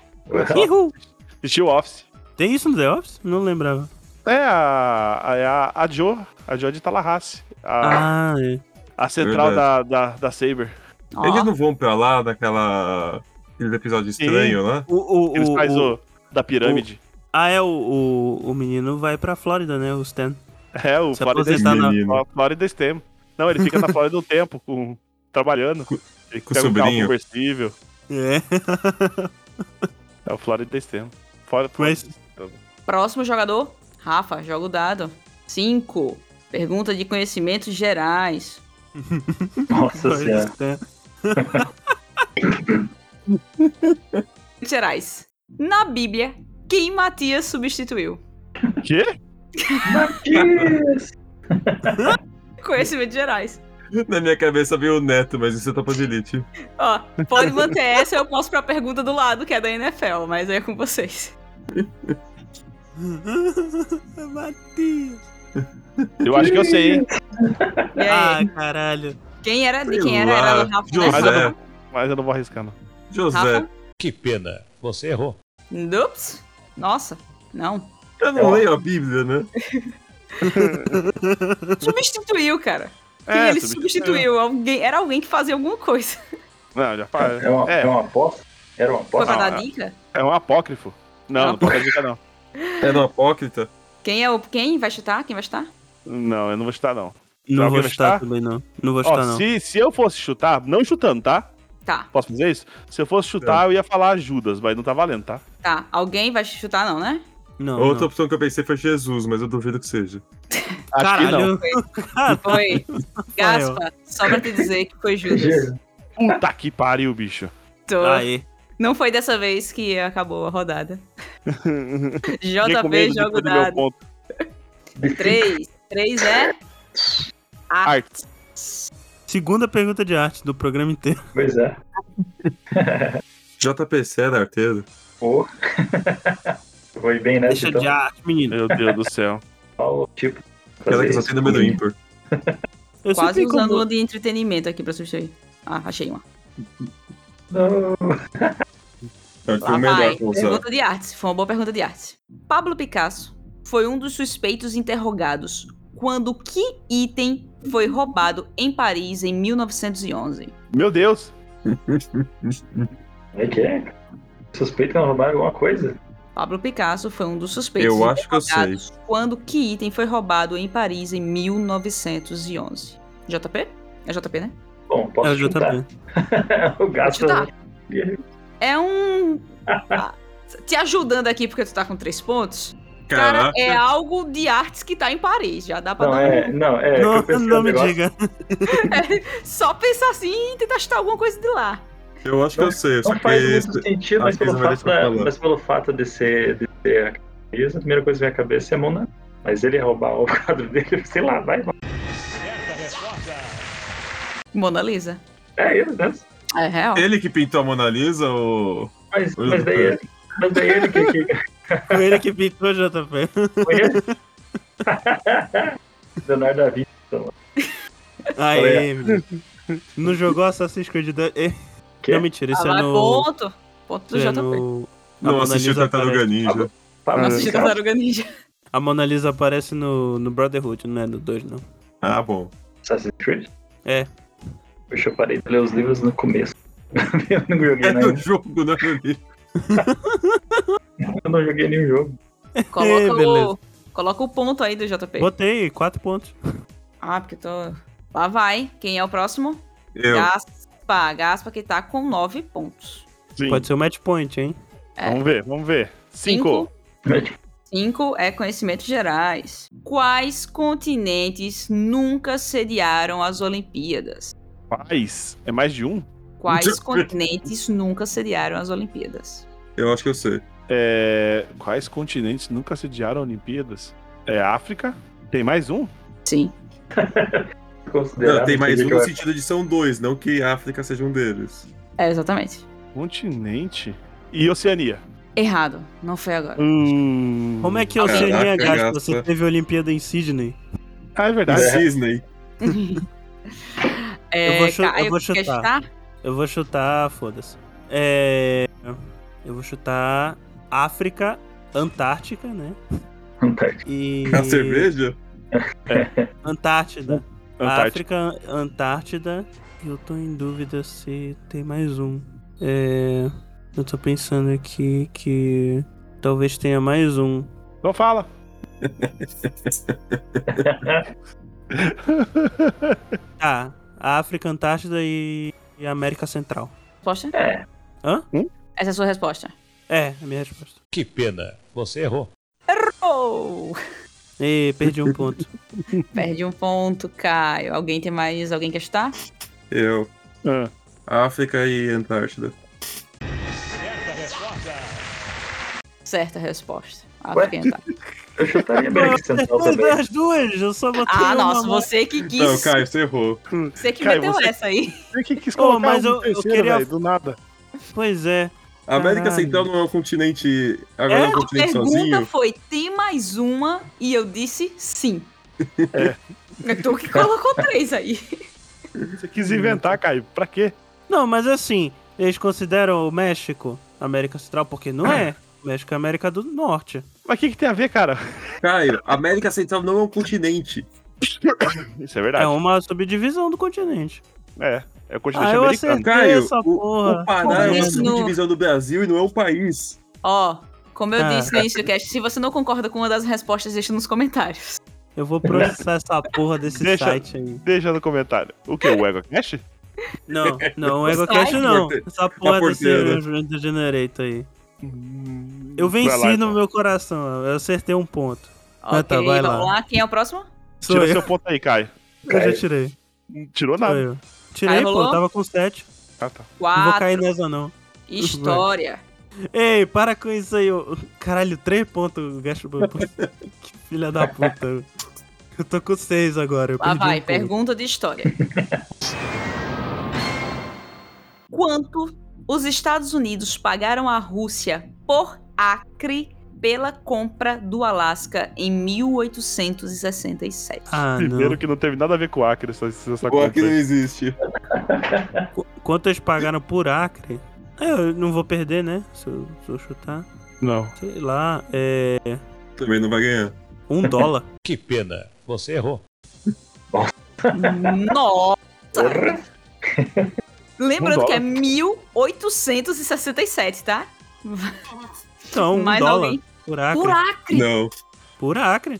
Speaker 1: Ihu!
Speaker 5: Assistiu o Office.
Speaker 1: Tem isso no The Office? Não lembrava.
Speaker 5: É a, é a, a Jo, a Jo de Tallahassee. A,
Speaker 1: Ah, é.
Speaker 5: a central da, da, da Saber.
Speaker 2: Ó,
Speaker 3: Eles não vão pra lá naquela. Aquele episódio estranho lá?
Speaker 1: O, o,
Speaker 5: Eles
Speaker 1: o-
Speaker 5: faz
Speaker 1: o-
Speaker 5: o, da pirâmide.
Speaker 1: Ah, é, o, o, o menino vai pra Flórida, né? O Stan.
Speaker 5: é, o
Speaker 1: se
Speaker 5: Florida
Speaker 1: aposentar
Speaker 5: Stem.
Speaker 1: na-
Speaker 3: Menino.
Speaker 5: A Florida Stem. Não, ele fica na Flórida um tempo, com, trabalhando. Ele
Speaker 3: com o
Speaker 5: pega um carro
Speaker 3: sobrinho.
Speaker 5: conversível.
Speaker 1: É.
Speaker 5: É o Florida Stem. Fora,
Speaker 1: Mas-
Speaker 2: Próximo jogador, Rafa, joga o dado. 5. Pergunta de conhecimentos gerais.
Speaker 4: Nossa senhora.
Speaker 1: Stan.
Speaker 2: Gerais. Na Bíblia, quem Matias substituiu?
Speaker 5: Quê?
Speaker 2: Conhecimentos gerais.
Speaker 3: Na minha cabeça veio o Neto, mas isso é topa de elite.
Speaker 2: Ó, pode manter essa, eu posso pra pergunta do lado, que é da NFL, mas aí é com vocês.
Speaker 1: Matias.
Speaker 5: Eu acho que eu sei, hein?
Speaker 2: E aí,
Speaker 1: Ah, caralho.
Speaker 2: quem era? De
Speaker 3: sei
Speaker 2: quem era?
Speaker 3: lá,
Speaker 2: Era do Rafa,
Speaker 5: Mas
Speaker 3: José.
Speaker 5: eu,
Speaker 2: né?
Speaker 5: não, mas eu não vou arriscar, não.
Speaker 3: José.
Speaker 7: Que pena, você errou.
Speaker 2: Dups. Nossa, não.
Speaker 3: Eu
Speaker 1: É
Speaker 3: não leio a Bíblia, né?
Speaker 2: Substituiu, cara. Quem
Speaker 5: É,
Speaker 2: ele substituiu? Alguém, era alguém que fazia alguma coisa.
Speaker 5: Não, já faz.
Speaker 4: É uma,
Speaker 5: É,
Speaker 4: é uma aposta? Era uma
Speaker 2: Foi
Speaker 4: aposta?
Speaker 2: pra
Speaker 5: Não,
Speaker 2: dar
Speaker 5: é-
Speaker 2: dica?
Speaker 5: é um apócrifo.
Speaker 2: É
Speaker 5: Não, não pode dica, não.
Speaker 1: É
Speaker 3: Era um apócrita.
Speaker 2: Quem é o. Quem vai chutar? Quem vai chutar?
Speaker 5: Não, eu não vou chutar, não.
Speaker 1: Não vou
Speaker 5: Alguém vai
Speaker 1: chutar
Speaker 5: chutar?
Speaker 1: também, não. Não vou
Speaker 5: Ó,
Speaker 1: chutar, não.
Speaker 5: se, se eu fosse chutar, não chutando, tá?
Speaker 2: Tá,
Speaker 5: Posso fazer isso? Se eu fosse chutar, eu ia falar Judas, mas não tá valendo, tá?
Speaker 2: tá. Alguém vai chutar, não, né?
Speaker 1: Não,
Speaker 3: Outra
Speaker 1: não.
Speaker 3: opção que eu pensei foi Jesus, mas eu duvido que seja.
Speaker 5: Acho que
Speaker 1: Caralho.
Speaker 2: Foi. Gaspa, só pra te dizer que foi Judas.
Speaker 4: Juro.
Speaker 5: não. Puta que pariu, bicho.
Speaker 2: Tô.
Speaker 1: Aí.
Speaker 2: Não foi dessa vez que acabou a rodada.
Speaker 5: Fiquei com
Speaker 2: JP
Speaker 5: medo de
Speaker 2: joga o
Speaker 5: perder meu
Speaker 2: dado.
Speaker 5: ponto.
Speaker 2: 3. 3 é? Ah.
Speaker 5: Arts.
Speaker 1: Segunda pergunta de arte do programa inteiro.
Speaker 4: Pois é.
Speaker 3: JPC era arteiro.
Speaker 4: Pô. Foi bem nessa,
Speaker 1: Deixa
Speaker 4: então.
Speaker 1: de arte, menino.
Speaker 5: Meu Deus do céu.
Speaker 4: Qual o tipo?
Speaker 3: Aquela que só
Speaker 4: Fazer
Speaker 3: tem número
Speaker 4: isso.
Speaker 3: ímpar.
Speaker 1: Eu
Speaker 2: Quase
Speaker 1: sempre
Speaker 2: usando
Speaker 1: como...
Speaker 2: uma de entretenimento aqui pra substituir. Ah, achei uma.
Speaker 4: Não.
Speaker 2: Lá
Speaker 3: Arthur
Speaker 2: Ah, vai.
Speaker 3: melhor pra usar.
Speaker 2: Pergunta de arte. Foi uma boa pergunta de arte. Pablo Picasso foi um dos suspeitos interrogados quando que item foi roubado em Paris em 1911?
Speaker 5: Meu Deus.
Speaker 4: É que é? Suspeitam roubar alguma coisa?
Speaker 2: Pablo Picasso foi um dos suspeitos
Speaker 3: Eu acho que eu sei.
Speaker 2: interrogados quando que item foi roubado em Paris em 1911. JP? É JP, né?
Speaker 4: Bom,
Speaker 1: É
Speaker 4: posso
Speaker 1: o
Speaker 4: chutar.
Speaker 1: JP.
Speaker 4: o gasto...
Speaker 2: Chutar. É um... Ah, Te ajudando aqui porque tu tá com três pontos. Cara,
Speaker 3: Caraca.
Speaker 2: é algo de artes que tá em Paris. Já dá pra
Speaker 4: Não,
Speaker 2: dar
Speaker 4: é... Não, é... que eu
Speaker 1: Não,
Speaker 4: pensei
Speaker 1: não
Speaker 4: um
Speaker 1: me
Speaker 4: negócio-
Speaker 1: diga.
Speaker 2: um... Só pensar assim e tentar chutar alguma coisa de lá.
Speaker 3: Eu acho que eu sei, só
Speaker 4: Não
Speaker 3: que.
Speaker 4: faz muito sentido, mas
Speaker 3: acho que
Speaker 4: pelo,
Speaker 3: isso não vai
Speaker 4: fato
Speaker 3: deixar
Speaker 4: da-
Speaker 3: falar.
Speaker 4: mas pelo fato de ser, de ser a camisa, a primeira coisa que vem à cabeça é a mão na... Mas ele ia roubar o quadro dele, sei lá, vai. vai.
Speaker 2: Mona Lisa.
Speaker 4: É ele, né?
Speaker 2: É real.
Speaker 3: Ele que pintou a Mona Lisa ou.
Speaker 4: Mas,
Speaker 3: Olha
Speaker 4: mas
Speaker 3: o
Speaker 4: daí
Speaker 3: cara.
Speaker 4: ele. Mas daí ele que, que
Speaker 1: Foi É ele que pintou JP.
Speaker 4: foi ele? Leonardo da Vinci.
Speaker 1: Aê, menino. Não jogou Assassin's Creed Dan- Eh,
Speaker 4: Quê?
Speaker 1: Não, mentira, isso
Speaker 2: Ah,
Speaker 1: é
Speaker 2: lá,
Speaker 1: no...
Speaker 2: ponto. Ponto do
Speaker 1: isso é
Speaker 2: JP.
Speaker 1: no- a
Speaker 3: Não
Speaker 1: Mona
Speaker 3: assistiu
Speaker 1: Lisa
Speaker 3: Tartaruga
Speaker 1: aparece-
Speaker 3: Ninja.
Speaker 4: Fala,
Speaker 5: Ah,
Speaker 4: cara.
Speaker 2: Assista Tartaruga Ninja.
Speaker 1: A Mona Lisa aparece no, no Brotherhood, não é no 2, não.
Speaker 3: Ah, bom.
Speaker 4: Assassin's Creed?
Speaker 1: É.
Speaker 4: Poxa, eu parei de ler os livros no começo. eu não joguei
Speaker 3: É no
Speaker 4: nenhum.
Speaker 3: jogo, né?
Speaker 4: Eu não joguei nenhum jogo.
Speaker 2: Coloca
Speaker 1: beleza.
Speaker 2: o... Coloca o ponto aí do JP.
Speaker 1: Botei quatro pontos.
Speaker 2: Ah, porque eu tô. Lá vai. Quem é o próximo?
Speaker 3: Eu.
Speaker 2: Gaspa. Gaspa que tá com nove pontos.
Speaker 5: Sim.
Speaker 1: Pode ser o match point, hein?
Speaker 2: É.
Speaker 5: Vamos ver, vamos ver. Cinco.
Speaker 2: Cinco é conhecimentos gerais. Quais continentes nunca sediaram as Olimpíadas?
Speaker 5: Quais? É mais de um?
Speaker 2: Quais continentes nunca sediaram as Olimpíadas?
Speaker 3: Eu acho que eu sei.
Speaker 5: É, Quais continentes nunca sediaram Olimpíadas? É África? Tem mais um?
Speaker 2: Sim.
Speaker 3: Não, tem mais um
Speaker 4: que
Speaker 3: no
Speaker 4: eu-
Speaker 3: sentido de são dois, não que a África seja um deles.
Speaker 2: É, exatamente.
Speaker 5: Continente? E Oceania?
Speaker 2: Errado. Não foi agora.
Speaker 5: Hum...
Speaker 1: Como é que a Oceania
Speaker 3: Caraca,
Speaker 1: gasta?
Speaker 3: gasta.
Speaker 1: Você teve a Olimpíada em Sydney?
Speaker 5: Ah, é
Speaker 3: E
Speaker 5: verdade.
Speaker 3: Disney.
Speaker 2: É,
Speaker 1: Eu vou chu- eu
Speaker 2: Caio,
Speaker 1: vou
Speaker 2: quer
Speaker 1: chutar. Eu vou chutar, foda-se. É. Eu vou chutar África, Antártica, né?
Speaker 4: Antártica.
Speaker 1: E.
Speaker 3: A cerveja?
Speaker 1: Antártida.
Speaker 5: Antártica.
Speaker 1: África, Antártida. Eu tô em dúvida se tem mais um. É. Eu tô pensando aqui que. Talvez tenha mais um.
Speaker 5: Então fala.
Speaker 1: Tá. A África, Antártida e, e a América Central.
Speaker 2: Resposta?
Speaker 4: É.
Speaker 1: Hã?
Speaker 2: Essa é a sua resposta.
Speaker 1: É, a minha resposta.
Speaker 7: Que pena, você errou.
Speaker 2: Oh!
Speaker 1: E perdi um ponto.
Speaker 2: Perde um ponto, Caio. Alguém tem mais? Alguém quer chutar?
Speaker 3: Eu.
Speaker 5: Ah,
Speaker 3: África e Antártida.
Speaker 2: Certa resposta. Ah,
Speaker 4: Ué?
Speaker 2: África e Antártica.
Speaker 4: Eu chutaria a América Central também.
Speaker 1: As duas, eu só botei
Speaker 2: Ah,
Speaker 1: uma,
Speaker 2: nossa,
Speaker 1: mas-
Speaker 2: você que quis.
Speaker 1: Então,
Speaker 3: Não, Caio, você errou.
Speaker 2: Você que
Speaker 5: Caio,
Speaker 2: meteu
Speaker 5: você-
Speaker 2: essa aí.
Speaker 5: Por que quis
Speaker 1: Ô,
Speaker 5: colocar
Speaker 1: mas
Speaker 5: um
Speaker 1: eu- eu
Speaker 5: terceiro,
Speaker 1: queria-
Speaker 5: velho, do nada?
Speaker 1: Pois é.
Speaker 3: A América
Speaker 1: Caralho.
Speaker 3: Central não é um continente. Agora é,
Speaker 1: É,
Speaker 3: um
Speaker 1: a
Speaker 2: A
Speaker 3: continente
Speaker 2: pergunta
Speaker 3: sozinho.
Speaker 2: foi: tem mais uma? E eu disse sim. É. Tu que colocou três aí.
Speaker 5: Você quis inventar, Caio. Pra quê?
Speaker 1: Não, mas assim, eles consideram o México América Central, porque não é. O México é América do Norte. É
Speaker 5: Mas o que, que tem a ver, cara?
Speaker 3: Caio, a América Central não é um continente.
Speaker 5: Isso é
Speaker 1: É
Speaker 5: verdade.
Speaker 1: uma subdivisão do continente.
Speaker 5: É, é o continente
Speaker 1: Ah, eu
Speaker 5: americano.
Speaker 1: acertei
Speaker 3: Caio,
Speaker 1: essa
Speaker 3: o,
Speaker 1: porra.
Speaker 3: o Pará é uma
Speaker 2: Porra.
Speaker 3: subdivisão do Brasil e não é um país.
Speaker 2: Ó, como eu
Speaker 1: Ah.
Speaker 2: disse no início do cast, se você não concorda com uma das respostas, deixa nos comentários.
Speaker 1: Eu vou processar essa porra desse
Speaker 5: Deixa-
Speaker 1: site aí.
Speaker 5: Deixa no comentário. O que? O EgoCast?
Speaker 1: Não, não, o EgoCast não. Essa porra desse
Speaker 3: porteira.
Speaker 1: Generator aí. Eu
Speaker 5: Vai lá,
Speaker 1: venci
Speaker 5: então.
Speaker 1: no meu coração, eu acertei um ponto. Ah, tá,
Speaker 2: ok,
Speaker 1: vai lá.
Speaker 2: vamos lá. Quem é o próximo?
Speaker 1: Sou
Speaker 5: Tira
Speaker 1: eu,
Speaker 5: seu ponto aí, Caio.
Speaker 1: eu já tirei.
Speaker 5: Não Tirou
Speaker 1: Sou
Speaker 5: nada.
Speaker 1: eu. Tirei,
Speaker 2: Aí
Speaker 1: pô,
Speaker 2: rolou?
Speaker 1: eu tava com 7.
Speaker 5: Ah,
Speaker 1: Não
Speaker 5: tá.
Speaker 1: vou
Speaker 2: Quatro.
Speaker 1: cair nessa, não.
Speaker 2: História.
Speaker 1: Ei, para com isso aí. ô. Caralho, 3 pontos, gasto. que filha da puta. Eu tô com 6 agora. Eu
Speaker 2: Lá
Speaker 1: perdi
Speaker 2: vai,
Speaker 1: um ponto.
Speaker 2: pergunta de história. Quanto os Estados Unidos pagaram à Rússia por Acre pela compra do Alasca em 1867?
Speaker 1: Ah,
Speaker 5: Primeiro
Speaker 1: não.
Speaker 5: que não teve nada a ver com o Acre, essa, essa
Speaker 3: Pô,
Speaker 5: conta
Speaker 3: aqui não
Speaker 5: aí.
Speaker 3: existe.
Speaker 1: Qu- Quanto eles pagaram por Acre? É, Eu não vou perder, né? Se eu, se eu chutar.
Speaker 5: Não.
Speaker 1: Sei lá, é.
Speaker 3: Também não vai ganhar.
Speaker 1: Um dólar.
Speaker 7: Que pena, você errou.
Speaker 2: Nossa! Lembrando
Speaker 5: Um
Speaker 2: que é 1867, tá?
Speaker 1: Não, um
Speaker 2: Mais
Speaker 1: dólar.
Speaker 2: alguém?
Speaker 1: Por Acre.
Speaker 2: Por
Speaker 1: Por,
Speaker 2: Acre!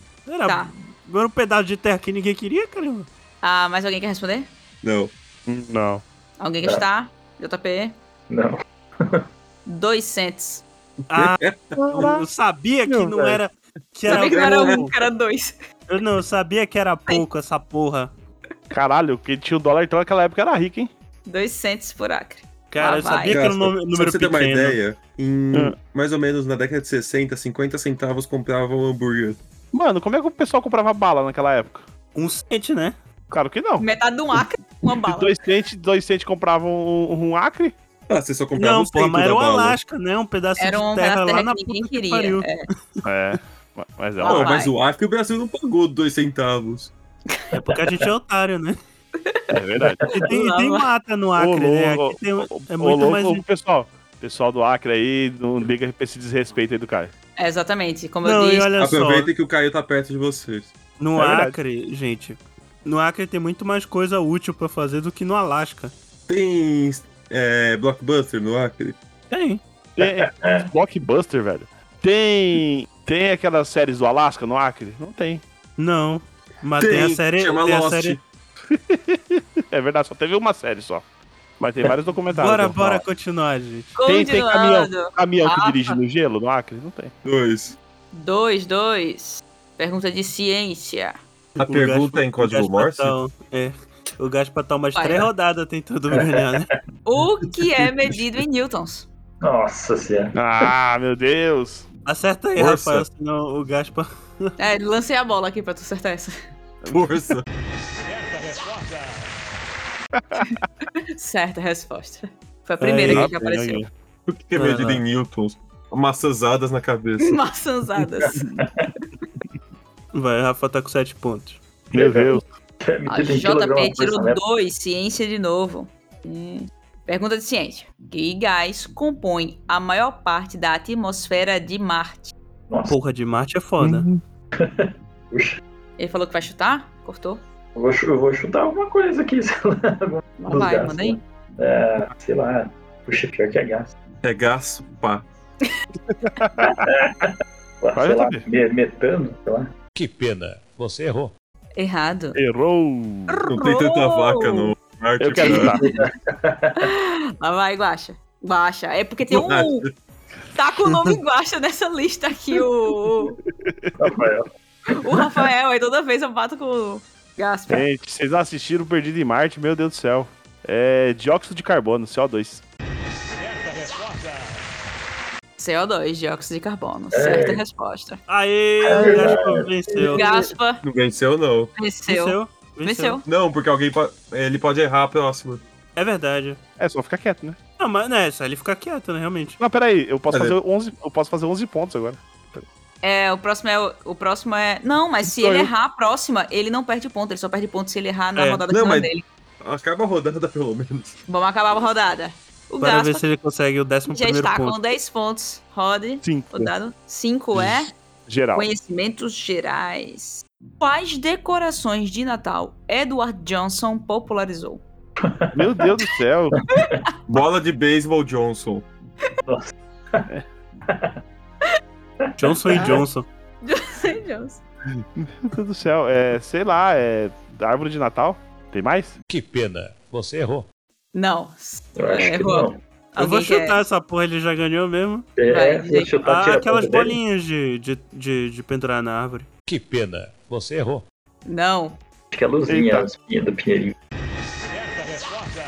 Speaker 1: Acre.
Speaker 3: Não.
Speaker 1: Era,
Speaker 2: Tá.
Speaker 1: era um pedaço de terra que ninguém queria, caramba.
Speaker 2: Ah, mais alguém quer responder?
Speaker 3: Não.
Speaker 5: Não.
Speaker 2: Alguém quer
Speaker 1: Tá.
Speaker 2: chutar? JP?
Speaker 4: Não.
Speaker 2: Dois cents.
Speaker 1: Ah, eu sabia que não
Speaker 5: velho.
Speaker 1: era. Que era
Speaker 2: Sabia que não era um,
Speaker 1: pouco.
Speaker 2: que era dois.
Speaker 1: Eu não, eu sabia que era pouco essa porra.
Speaker 5: Caralho, quem tinha o dólar então naquela época era rico, hein?
Speaker 2: Dois cents por acre.
Speaker 1: Cara,
Speaker 2: Lá
Speaker 1: eu sabia
Speaker 2: Ah, vai.
Speaker 1: que era um nome-
Speaker 3: Só pra
Speaker 1: número
Speaker 3: você ter uma
Speaker 1: pequeno.
Speaker 3: ideia, em
Speaker 5: Ah.
Speaker 3: mais ou menos na década de 60, 50 centavos compravam hambúrguer.
Speaker 5: Mano, como é que o pessoal comprava bala naquela época?
Speaker 1: Um cente, né?
Speaker 5: Claro que não.
Speaker 2: Metade de um acre, uma
Speaker 5: E
Speaker 2: bala.
Speaker 5: dois centes, dois centes compravam um, um Acre?
Speaker 3: Ah, você só comprava
Speaker 1: Não,
Speaker 3: os
Speaker 1: pô,
Speaker 3: tempos
Speaker 1: mas
Speaker 3: da
Speaker 1: era o
Speaker 3: bala.
Speaker 1: Alasca, né? Um pedaço
Speaker 2: Era um
Speaker 1: de terra
Speaker 2: pedaço de
Speaker 1: lá
Speaker 2: terra
Speaker 1: na
Speaker 2: que
Speaker 1: puta
Speaker 2: ninguém
Speaker 1: que
Speaker 2: queria.
Speaker 1: pariu.
Speaker 2: É.
Speaker 5: É. ma- Mas é
Speaker 2: Ah,
Speaker 3: Não,
Speaker 5: uma...
Speaker 2: vai.
Speaker 3: mas o Acre o Brasil não pagou dois centavos.
Speaker 1: É porque a gente é otário, né?
Speaker 5: É verdade.
Speaker 1: E tem,
Speaker 2: Lá
Speaker 1: e tem
Speaker 2: vai.
Speaker 1: mata no Acre, né?
Speaker 5: louco,
Speaker 1: Aqui tem- é
Speaker 5: Ô,
Speaker 1: muito
Speaker 5: louco,
Speaker 1: mais.
Speaker 5: ô, pessoal. Pessoal do Acre aí, não liga pra esse desrespeito aí do Caio.
Speaker 2: É, exatamente. Como
Speaker 1: Não,
Speaker 2: eu
Speaker 1: e
Speaker 2: disse,
Speaker 1: olha só,
Speaker 3: Aproveitem que o Caio tá perto de vocês.
Speaker 1: no
Speaker 5: É verdade.
Speaker 1: Acre, gente, no Acre tem muito mais coisa útil pra fazer do que no Alasca.
Speaker 3: Tem é, blockbuster no Acre?
Speaker 1: Tem.
Speaker 5: é, Tem, blockbuster, velho. Tem Tem aquelas séries do Alasca no Acre? Não tem.
Speaker 1: Não. Mas Ah, tem, a série.
Speaker 3: chama
Speaker 1: tem a
Speaker 3: Lost.
Speaker 1: série-
Speaker 5: É verdade, só teve uma série só. Mas tem vários documentários.
Speaker 1: Bora,
Speaker 5: no
Speaker 1: bora
Speaker 5: Acre.
Speaker 1: continuar, gente.
Speaker 5: Tem, tem caminhão,
Speaker 2: Continuando.
Speaker 5: caminhão que
Speaker 2: Ah,
Speaker 5: dirige no gelo no Acre? Não tem.
Speaker 3: Dois.
Speaker 2: Dois, dois. Pergunta de ciência.
Speaker 3: A
Speaker 1: Tipo, O
Speaker 3: pergunta
Speaker 1: Gaspar-
Speaker 3: é em código
Speaker 1: Gaspar
Speaker 3: Morse?
Speaker 1: Tal- é. O Gaspar tá umas
Speaker 2: Vai,
Speaker 1: três
Speaker 2: vai.
Speaker 1: rodadas tentando ganhar, né?
Speaker 2: O que é medido em newtons?
Speaker 4: Nossa senhora.
Speaker 5: Ah, meu Deus.
Speaker 1: Acerta aí,
Speaker 3: Força.
Speaker 1: Rafael, senão o Gaspar.
Speaker 2: É, lancei a bola aqui pra tu acertar essa.
Speaker 3: Força.
Speaker 7: Certa resposta.
Speaker 2: Certa resposta. Foi a primeira
Speaker 1: Aí,
Speaker 2: que já apareceu.
Speaker 3: O que é
Speaker 1: Vai
Speaker 3: medido
Speaker 1: lá.
Speaker 3: em newtons? Maçãzadas na cabeça.
Speaker 2: Maçãzadas.
Speaker 1: Vai, o Rafa tá com sete pontos.
Speaker 5: Meu Deus.
Speaker 4: É
Speaker 2: A
Speaker 4: Medido em
Speaker 2: JP
Speaker 4: quilograma,
Speaker 2: tirou
Speaker 4: força, né?
Speaker 2: 2, ciência de novo. Hum. Pergunta de ciência. Que gás compõe a maior parte da atmosfera de Marte?
Speaker 4: Nossa,
Speaker 1: Porra de Marte é foda.
Speaker 4: puxa.
Speaker 2: Ele falou que vai chutar? Cortou?
Speaker 4: Eu vou, chu- eu vou chutar alguma coisa aqui, sei lá. algum dos
Speaker 2: Vai,
Speaker 4: gastos,
Speaker 2: manda aí.
Speaker 4: né? É, sei lá. Puxa, pior que é gás.
Speaker 3: É gasto, pá.
Speaker 4: Sei
Speaker 5: Vai
Speaker 4: lá,
Speaker 5: saber.
Speaker 4: me- metano, sei lá.
Speaker 7: Que pena. Você errou.
Speaker 2: Errado.
Speaker 5: Errou.
Speaker 3: Não tem tanta vaca no Marte.
Speaker 5: Eu quero
Speaker 3: cara.
Speaker 5: ajudar.
Speaker 2: Lá vai, Guaxa. Guaxa. É porque tem um.
Speaker 3: Guaxa.
Speaker 2: Tá com o nome Guaxa nessa lista aqui, o,
Speaker 4: Rafael.
Speaker 2: o Rafael. Aí toda vez eu bato com o
Speaker 3: É.
Speaker 2: Gasper.
Speaker 5: Gente, vocês não assistiram o Perdido em Marte? Meu Deus do céu. É dióxido de carbono, CO2.
Speaker 7: Certa resposta.
Speaker 2: CO2, dióxido de
Speaker 3: É.
Speaker 2: carbono. Certa resposta.
Speaker 1: Aê,
Speaker 4: É
Speaker 1: o Gaspar venceu.
Speaker 2: Gaspa
Speaker 3: Não venceu, não.
Speaker 2: venceu.
Speaker 1: Venceu?
Speaker 2: Venceu.
Speaker 3: Não, porque alguém po- ele pode errar a próxima.
Speaker 1: É verdade.
Speaker 5: É só ficar quieto, né?
Speaker 1: Não, mas né, só ele ficar quieto, né, realmente.
Speaker 5: Não, peraí, eu posso,
Speaker 3: Cadê?
Speaker 5: fazer
Speaker 7: é.
Speaker 5: 11, eu posso fazer 11 pontos agora.
Speaker 2: É, o próximo é. o- O próximo é. Não, mas se
Speaker 5: Sou
Speaker 2: ele
Speaker 5: eu.
Speaker 2: errar a próxima, ele não perde ponto. Ele só perde ponto se ele errar na
Speaker 1: É.
Speaker 2: rodada
Speaker 3: Não,
Speaker 2: final
Speaker 3: mas-
Speaker 2: dele.
Speaker 3: Acaba a rodada, pelo menos.
Speaker 2: Vamos acabar a rodada. O
Speaker 1: Para ver
Speaker 2: Gaspa
Speaker 1: se ele consegue o décimo
Speaker 2: já
Speaker 1: primeiro
Speaker 2: está
Speaker 1: ponto.
Speaker 2: com 10 pontos. Rode.
Speaker 5: 5.
Speaker 2: O dado 5 é.
Speaker 5: Geral.
Speaker 2: Conhecimentos gerais. Quais decorações de Natal Edward Johnson popularizou?
Speaker 5: Meu Deus do céu.
Speaker 3: Bola de beisebol Johnson.
Speaker 1: Johnson
Speaker 2: É.
Speaker 1: e Johnson.
Speaker 2: Johnson Johnson.
Speaker 5: Meu Deus do céu. É, sei lá, é árvore de Natal? Tem mais?
Speaker 7: Que pena. Você errou.
Speaker 2: Não.
Speaker 4: Eu acho que
Speaker 2: É, Errou.
Speaker 4: não.
Speaker 1: Eu vou
Speaker 2: Alguém quer-
Speaker 1: chutar essa porra, ele já ganhou mesmo.
Speaker 4: É,
Speaker 2: Vai,
Speaker 4: é,
Speaker 2: gente.
Speaker 3: Tá
Speaker 4: chutar,
Speaker 1: Ah,
Speaker 4: tira a
Speaker 1: aquelas
Speaker 4: ponta dele.
Speaker 1: bolinhas de, de, de, de pendurar na árvore.
Speaker 7: Que pena. Você errou.
Speaker 2: Não.
Speaker 4: Acho que é a luzinha,
Speaker 5: Eita.
Speaker 4: a luzinha do Pinheirinho.
Speaker 7: Certa resposta.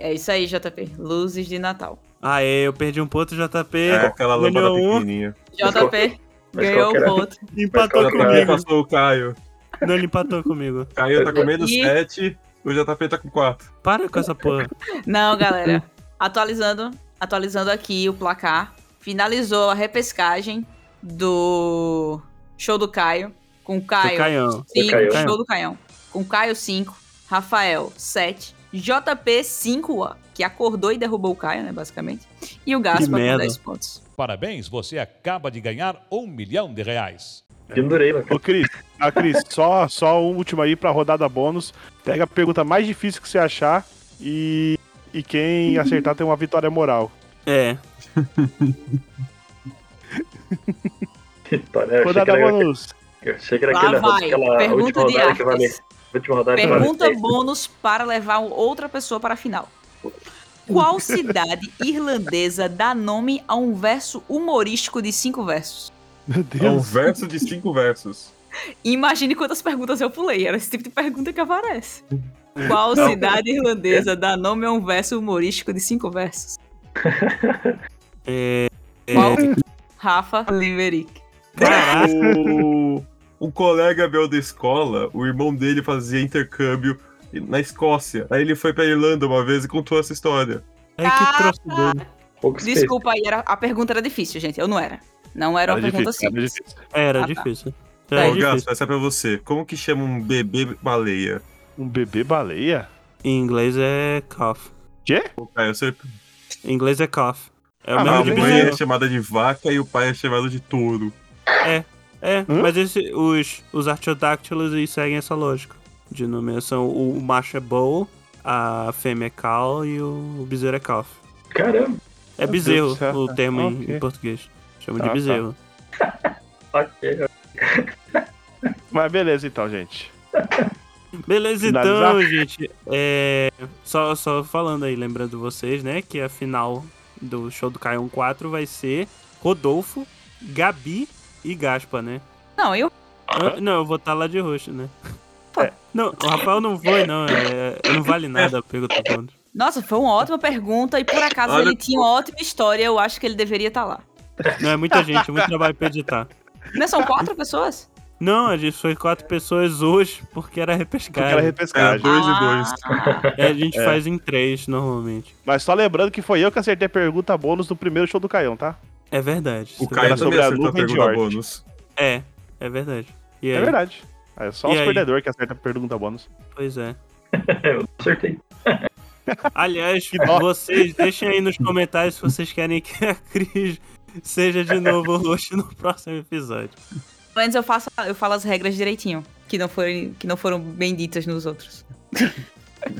Speaker 2: É isso aí, JP. Luzes de Natal.
Speaker 1: Aê, eu perdi um ponto, JP.
Speaker 3: É, aquela lâmpada
Speaker 1: ganhou um.
Speaker 3: pequenininha.
Speaker 4: Mas
Speaker 2: JP
Speaker 4: mas
Speaker 2: ganhou
Speaker 4: qual que
Speaker 2: o
Speaker 4: era?
Speaker 2: ponto.
Speaker 1: Empatou
Speaker 4: Mas qual que é?
Speaker 1: comigo.
Speaker 3: Passou o Caio.
Speaker 1: Não, ele empatou comigo.
Speaker 3: Caio tá com menos
Speaker 2: E-
Speaker 3: 7, o JP tá com 4.
Speaker 1: Para com essa porra.
Speaker 2: Não, galera. Atualizando, atualizando aqui o placar. Finalizou a repescagem do show do Caio. Com
Speaker 1: Seu
Speaker 2: Caio
Speaker 1: Caião.
Speaker 2: 5,
Speaker 4: Caião.
Speaker 2: show do Caião. Com Caio 5, Rafael 7, JP 5, que acordou e derrubou o Caio, né, basicamente. E o Gaspa com
Speaker 1: merda.
Speaker 2: 10 pontos.
Speaker 7: Parabéns, você acaba de ganhar um milhão de reais.
Speaker 4: Pendurei lá.
Speaker 5: Ô, Cris, ah, Cris só, só um último aí pra rodada bônus. Pega a pergunta mais difícil que você achar e, e quem acertar tem uma vitória moral.
Speaker 1: É.
Speaker 4: Tá, né? Eu achei que
Speaker 5: Rodada
Speaker 4: era,
Speaker 5: bônus.
Speaker 4: eu achei que era
Speaker 2: Lá
Speaker 4: aquela,
Speaker 2: vai.
Speaker 4: aquela
Speaker 2: Pergunta
Speaker 4: última
Speaker 2: de
Speaker 4: rodada que vale.
Speaker 2: Artes.
Speaker 4: Última rodada que vale.
Speaker 2: Pergunta
Speaker 4: seis.
Speaker 2: bônus para levar outra pessoa para a final. Qual cidade irlandesa dá nome a um verso humorístico de cinco versos?
Speaker 5: Meu
Speaker 3: É um
Speaker 5: Deus.
Speaker 3: verso de 5 versos.
Speaker 2: Imagine quantas perguntas eu pulei. Era esse tipo de pergunta que aparece. Qual cidade irlandesa dá nome a um verso humorístico de cinco versos?
Speaker 1: é.
Speaker 2: Qual? Rafa Liverick.
Speaker 1: Caraca.
Speaker 3: O, um colega meu da escola, o irmão dele fazia intercâmbio na Escócia. Aí ele foi pra Irlanda uma vez e contou essa história.
Speaker 1: É
Speaker 2: Ah,
Speaker 1: que troço doido.
Speaker 2: tá.
Speaker 4: Poucos
Speaker 2: Desculpa aí, era- a pergunta era difícil, gente. Eu não era. Não era uma
Speaker 5: Era
Speaker 2: pergunta
Speaker 5: difícil, era
Speaker 2: simples.
Speaker 5: difícil.
Speaker 1: É, Era
Speaker 2: Ah, tá.
Speaker 1: difícil.
Speaker 3: Ô,
Speaker 5: Tá
Speaker 1: Era difícil.
Speaker 3: Gaspa, essa é pra você. Como que chama um bebê baleia?
Speaker 5: Um bebê baleia?
Speaker 1: Em inglês é cough.
Speaker 3: O Caio acertou.
Speaker 1: Em inglês é cough. É o
Speaker 5: Ah,
Speaker 1: mesmo
Speaker 3: A
Speaker 5: mas
Speaker 1: de
Speaker 5: não
Speaker 3: mãe é
Speaker 1: bezerro.
Speaker 3: chamada de vaca e o pai é chamado de touro.
Speaker 1: É,
Speaker 5: Hã?
Speaker 1: mas esse, os, os artiodactylos eles seguem essa lógica de nomeação. O, o macho é bowl, a fêmea é cal e o, o bezerro é calf.
Speaker 4: Caramba.
Speaker 1: É bezerro
Speaker 5: Deus do céu.
Speaker 1: o termo em,
Speaker 5: Ok.
Speaker 1: em português. Chama
Speaker 5: Tá,
Speaker 1: de
Speaker 5: tá.
Speaker 1: bezerro.
Speaker 4: Ok.
Speaker 5: Mas beleza então, gente.
Speaker 1: Beleza,
Speaker 5: Finalizar?
Speaker 1: então, gente. é, só, só falando aí, lembrando vocês, né? Que a final do show do Caion 4 vai ser Rodolfo, Gabi e Gaspa, né?
Speaker 2: Não, eu.
Speaker 1: Eu- não, eu vou estar lá de roxo, né?
Speaker 5: É.
Speaker 1: Não, o Rafael não foi, não. É, não vale nada a pergunta do mundo.
Speaker 2: Nossa, foi uma ótima pergunta e por acaso
Speaker 3: Olha-
Speaker 2: ele tinha uma ótima história. Eu acho que ele deveria estar lá.
Speaker 1: Não, é muita gente, é muito trabalho pra editar.
Speaker 2: Não são quatro pessoas?
Speaker 1: Não, a gente foi quatro pessoas hoje, porque era
Speaker 5: Porque era
Speaker 1: repescagem.
Speaker 3: Cara,
Speaker 5: repescagem.
Speaker 3: dois e dois.
Speaker 2: Ah,
Speaker 1: É, a gente faz em três, normalmente.
Speaker 5: Mas só lembrando que foi eu que acertei a pergunta bônus do primeiro show do Caião, tá?
Speaker 1: É verdade.
Speaker 3: O
Speaker 1: Você
Speaker 3: Caio
Speaker 1: tá-
Speaker 3: também
Speaker 5: sobre a
Speaker 3: acertou a
Speaker 5: nuvem de
Speaker 3: pergunta
Speaker 5: Oort.
Speaker 3: bônus.
Speaker 1: É, é verdade. E aí?
Speaker 5: É verdade. É só
Speaker 1: E
Speaker 5: os
Speaker 1: aí?
Speaker 5: perdedores que acertam a pergunta bônus.
Speaker 1: Pois é.
Speaker 4: Eu acertei.
Speaker 1: Aliás,
Speaker 5: dó.
Speaker 1: vocês deixem aí nos comentários se vocês querem que a Cris seja de novo roxo no próximo episódio.
Speaker 2: Pelo menos eu, faço, eu falo as regras direitinho, que não foram, que não foram bem ditas nos outros.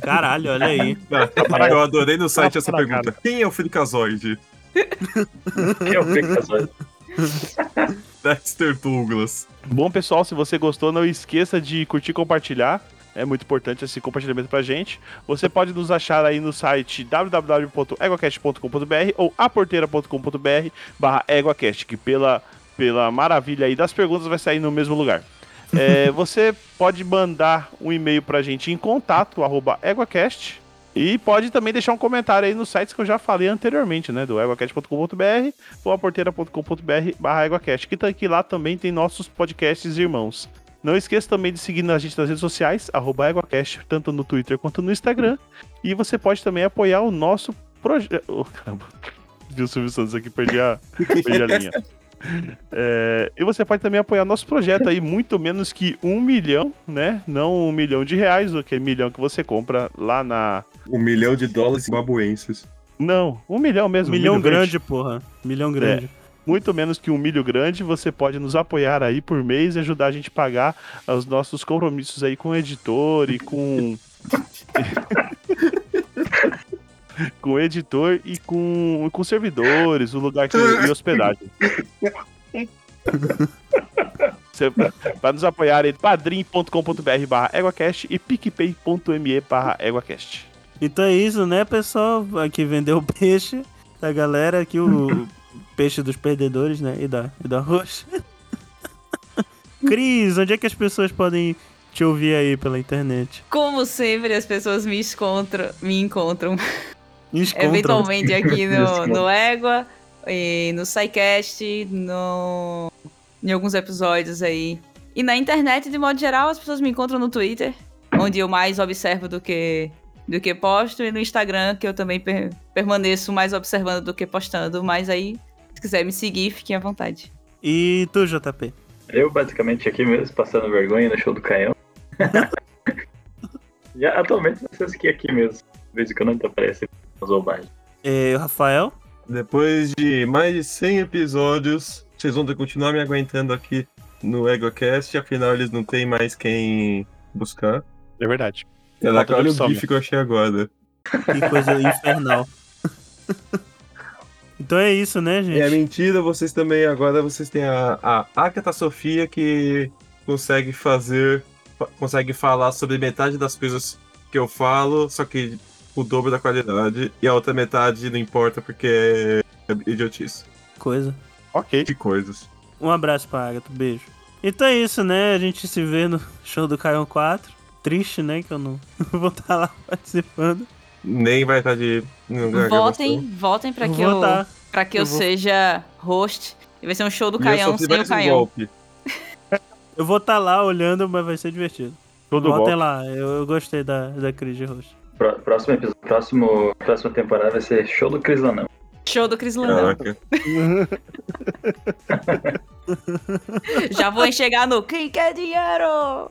Speaker 1: Caralho, olha aí.
Speaker 3: Ah, eu adorei no site essa
Speaker 5: Fala, cara.
Speaker 3: pergunta. Quem é o Fricazoide?
Speaker 4: Eu fico com as horas.
Speaker 3: Dexter Douglas.
Speaker 5: Bom, pessoal, se você gostou, não esqueça de curtir e compartilhar. É muito importante esse compartilhamento pra gente. Você pode nos achar aí no site www.eguacast.com.br ou aporteira.com.br barra eguacast, que pela, pela maravilha aí das perguntas vai sair no mesmo lugar. É, você pode mandar um e-mail pra gente em contato, arroba eguacast, e pode também deixar um comentário aí nos sites que eu já falei anteriormente, né? Do eguacast.com.br ou aporteira.com.br barra EguaCast, que, tá, que lá também tem nossos podcasts irmãos. Não esqueça também de seguir a gente nas redes sociais, arroba EguaCast, tanto no Twitter quanto no Instagram. E você pode também apoiar o nosso projeto... Oh, caramba. Viu o Silvio Santos aqui, perdi a, perdi a linha. É, e você pode também apoiar nosso projeto aí, muito menos que um milhão, né? Não um milhão de reais, o que é milhão que você compra lá na...
Speaker 3: Um milhão de dólares babuenses.
Speaker 5: Não, um milhão mesmo. um
Speaker 1: Milhão
Speaker 5: verde.
Speaker 1: grande, porra. Milhão grande.
Speaker 5: muito menos que um milho grande, você pode nos apoiar aí por mês e ajudar a gente a pagar os nossos compromissos aí com o editor e com. com o editor e com, e com servidores, o lugar que, e hospedagem. Você, pra nos apoiar aí, padrim.com.br barra EguaCast e picpay.me barra EguaCast.
Speaker 1: Então é isso, né, pessoal? Aqui vendeu o peixe da galera, aqui o peixe dos perdedores, né? E da, e da roxa. Cris, onde é que as pessoas podem te ouvir aí pela internet?
Speaker 2: Como sempre, as pessoas me encontram, me encontram
Speaker 1: Me Encontram.
Speaker 2: eventualmente aqui no,
Speaker 4: Desconto.
Speaker 2: no Égua, e no SciCast, no, em alguns episódios aí. E na internet, de modo geral, as pessoas me encontram no Twitter, onde eu mais observo do que, do que posto, e no Instagram, que eu também per- permaneço mais observando do que postando. Mas aí, se quiser me seguir, fiquem à vontade.
Speaker 1: E tu, JP?
Speaker 4: Eu, basicamente, aqui mesmo, passando vergonha no show do Caião. e atualmente, vocês que aqui mesmo. De vez em quando ainda aparece umas bobagens.
Speaker 1: E o É, Rafael?
Speaker 3: Depois de mais de 100 episódios, vocês vão ter que continuar me aguentando aqui no EgoCast, afinal eles não tem mais quem buscar.
Speaker 5: É verdade.
Speaker 3: Caraca, olha
Speaker 5: opção,
Speaker 3: o gif que eu achei agora.
Speaker 1: Que coisa infernal. então é isso, né, gente?
Speaker 3: É mentira, vocês também agora vocês têm a, a Agatha Sofia que consegue fazer, fa- consegue falar sobre metade das coisas que eu falo, só que o dobro da qualidade, e a outra metade não importa porque é idiotice.
Speaker 1: Coisa.
Speaker 5: Ok.
Speaker 3: Que coisas.
Speaker 1: Um abraço pra Agatha, beijo. Então é isso, né? A gente se vê no show do Caião 4. Triste, né? Que eu não vou estar lá participando.
Speaker 3: Nem vai estar de. não vai
Speaker 2: Votem, votem pra
Speaker 1: Eu
Speaker 2: que
Speaker 1: vou
Speaker 2: eu,
Speaker 1: tá.
Speaker 2: pra que eu,
Speaker 1: Eu vou.
Speaker 2: seja host. E vai ser um show do
Speaker 3: E eu
Speaker 2: Caião
Speaker 3: sofri
Speaker 2: sem o
Speaker 3: mais um
Speaker 2: Caião.
Speaker 3: golpe.
Speaker 1: Eu vou estar lá olhando, mas vai ser divertido.
Speaker 5: Tudo
Speaker 1: Voltem
Speaker 5: bom.
Speaker 1: lá, eu, eu gostei da, da Cris de Roxo.
Speaker 4: Pró- Próximo episódio, próximo, próxima temporada vai ser show do Cris Lanão.
Speaker 2: Show do Cris Landão.
Speaker 3: Caraca.
Speaker 2: Já vou enxergar no Quem Quer Dinheiro?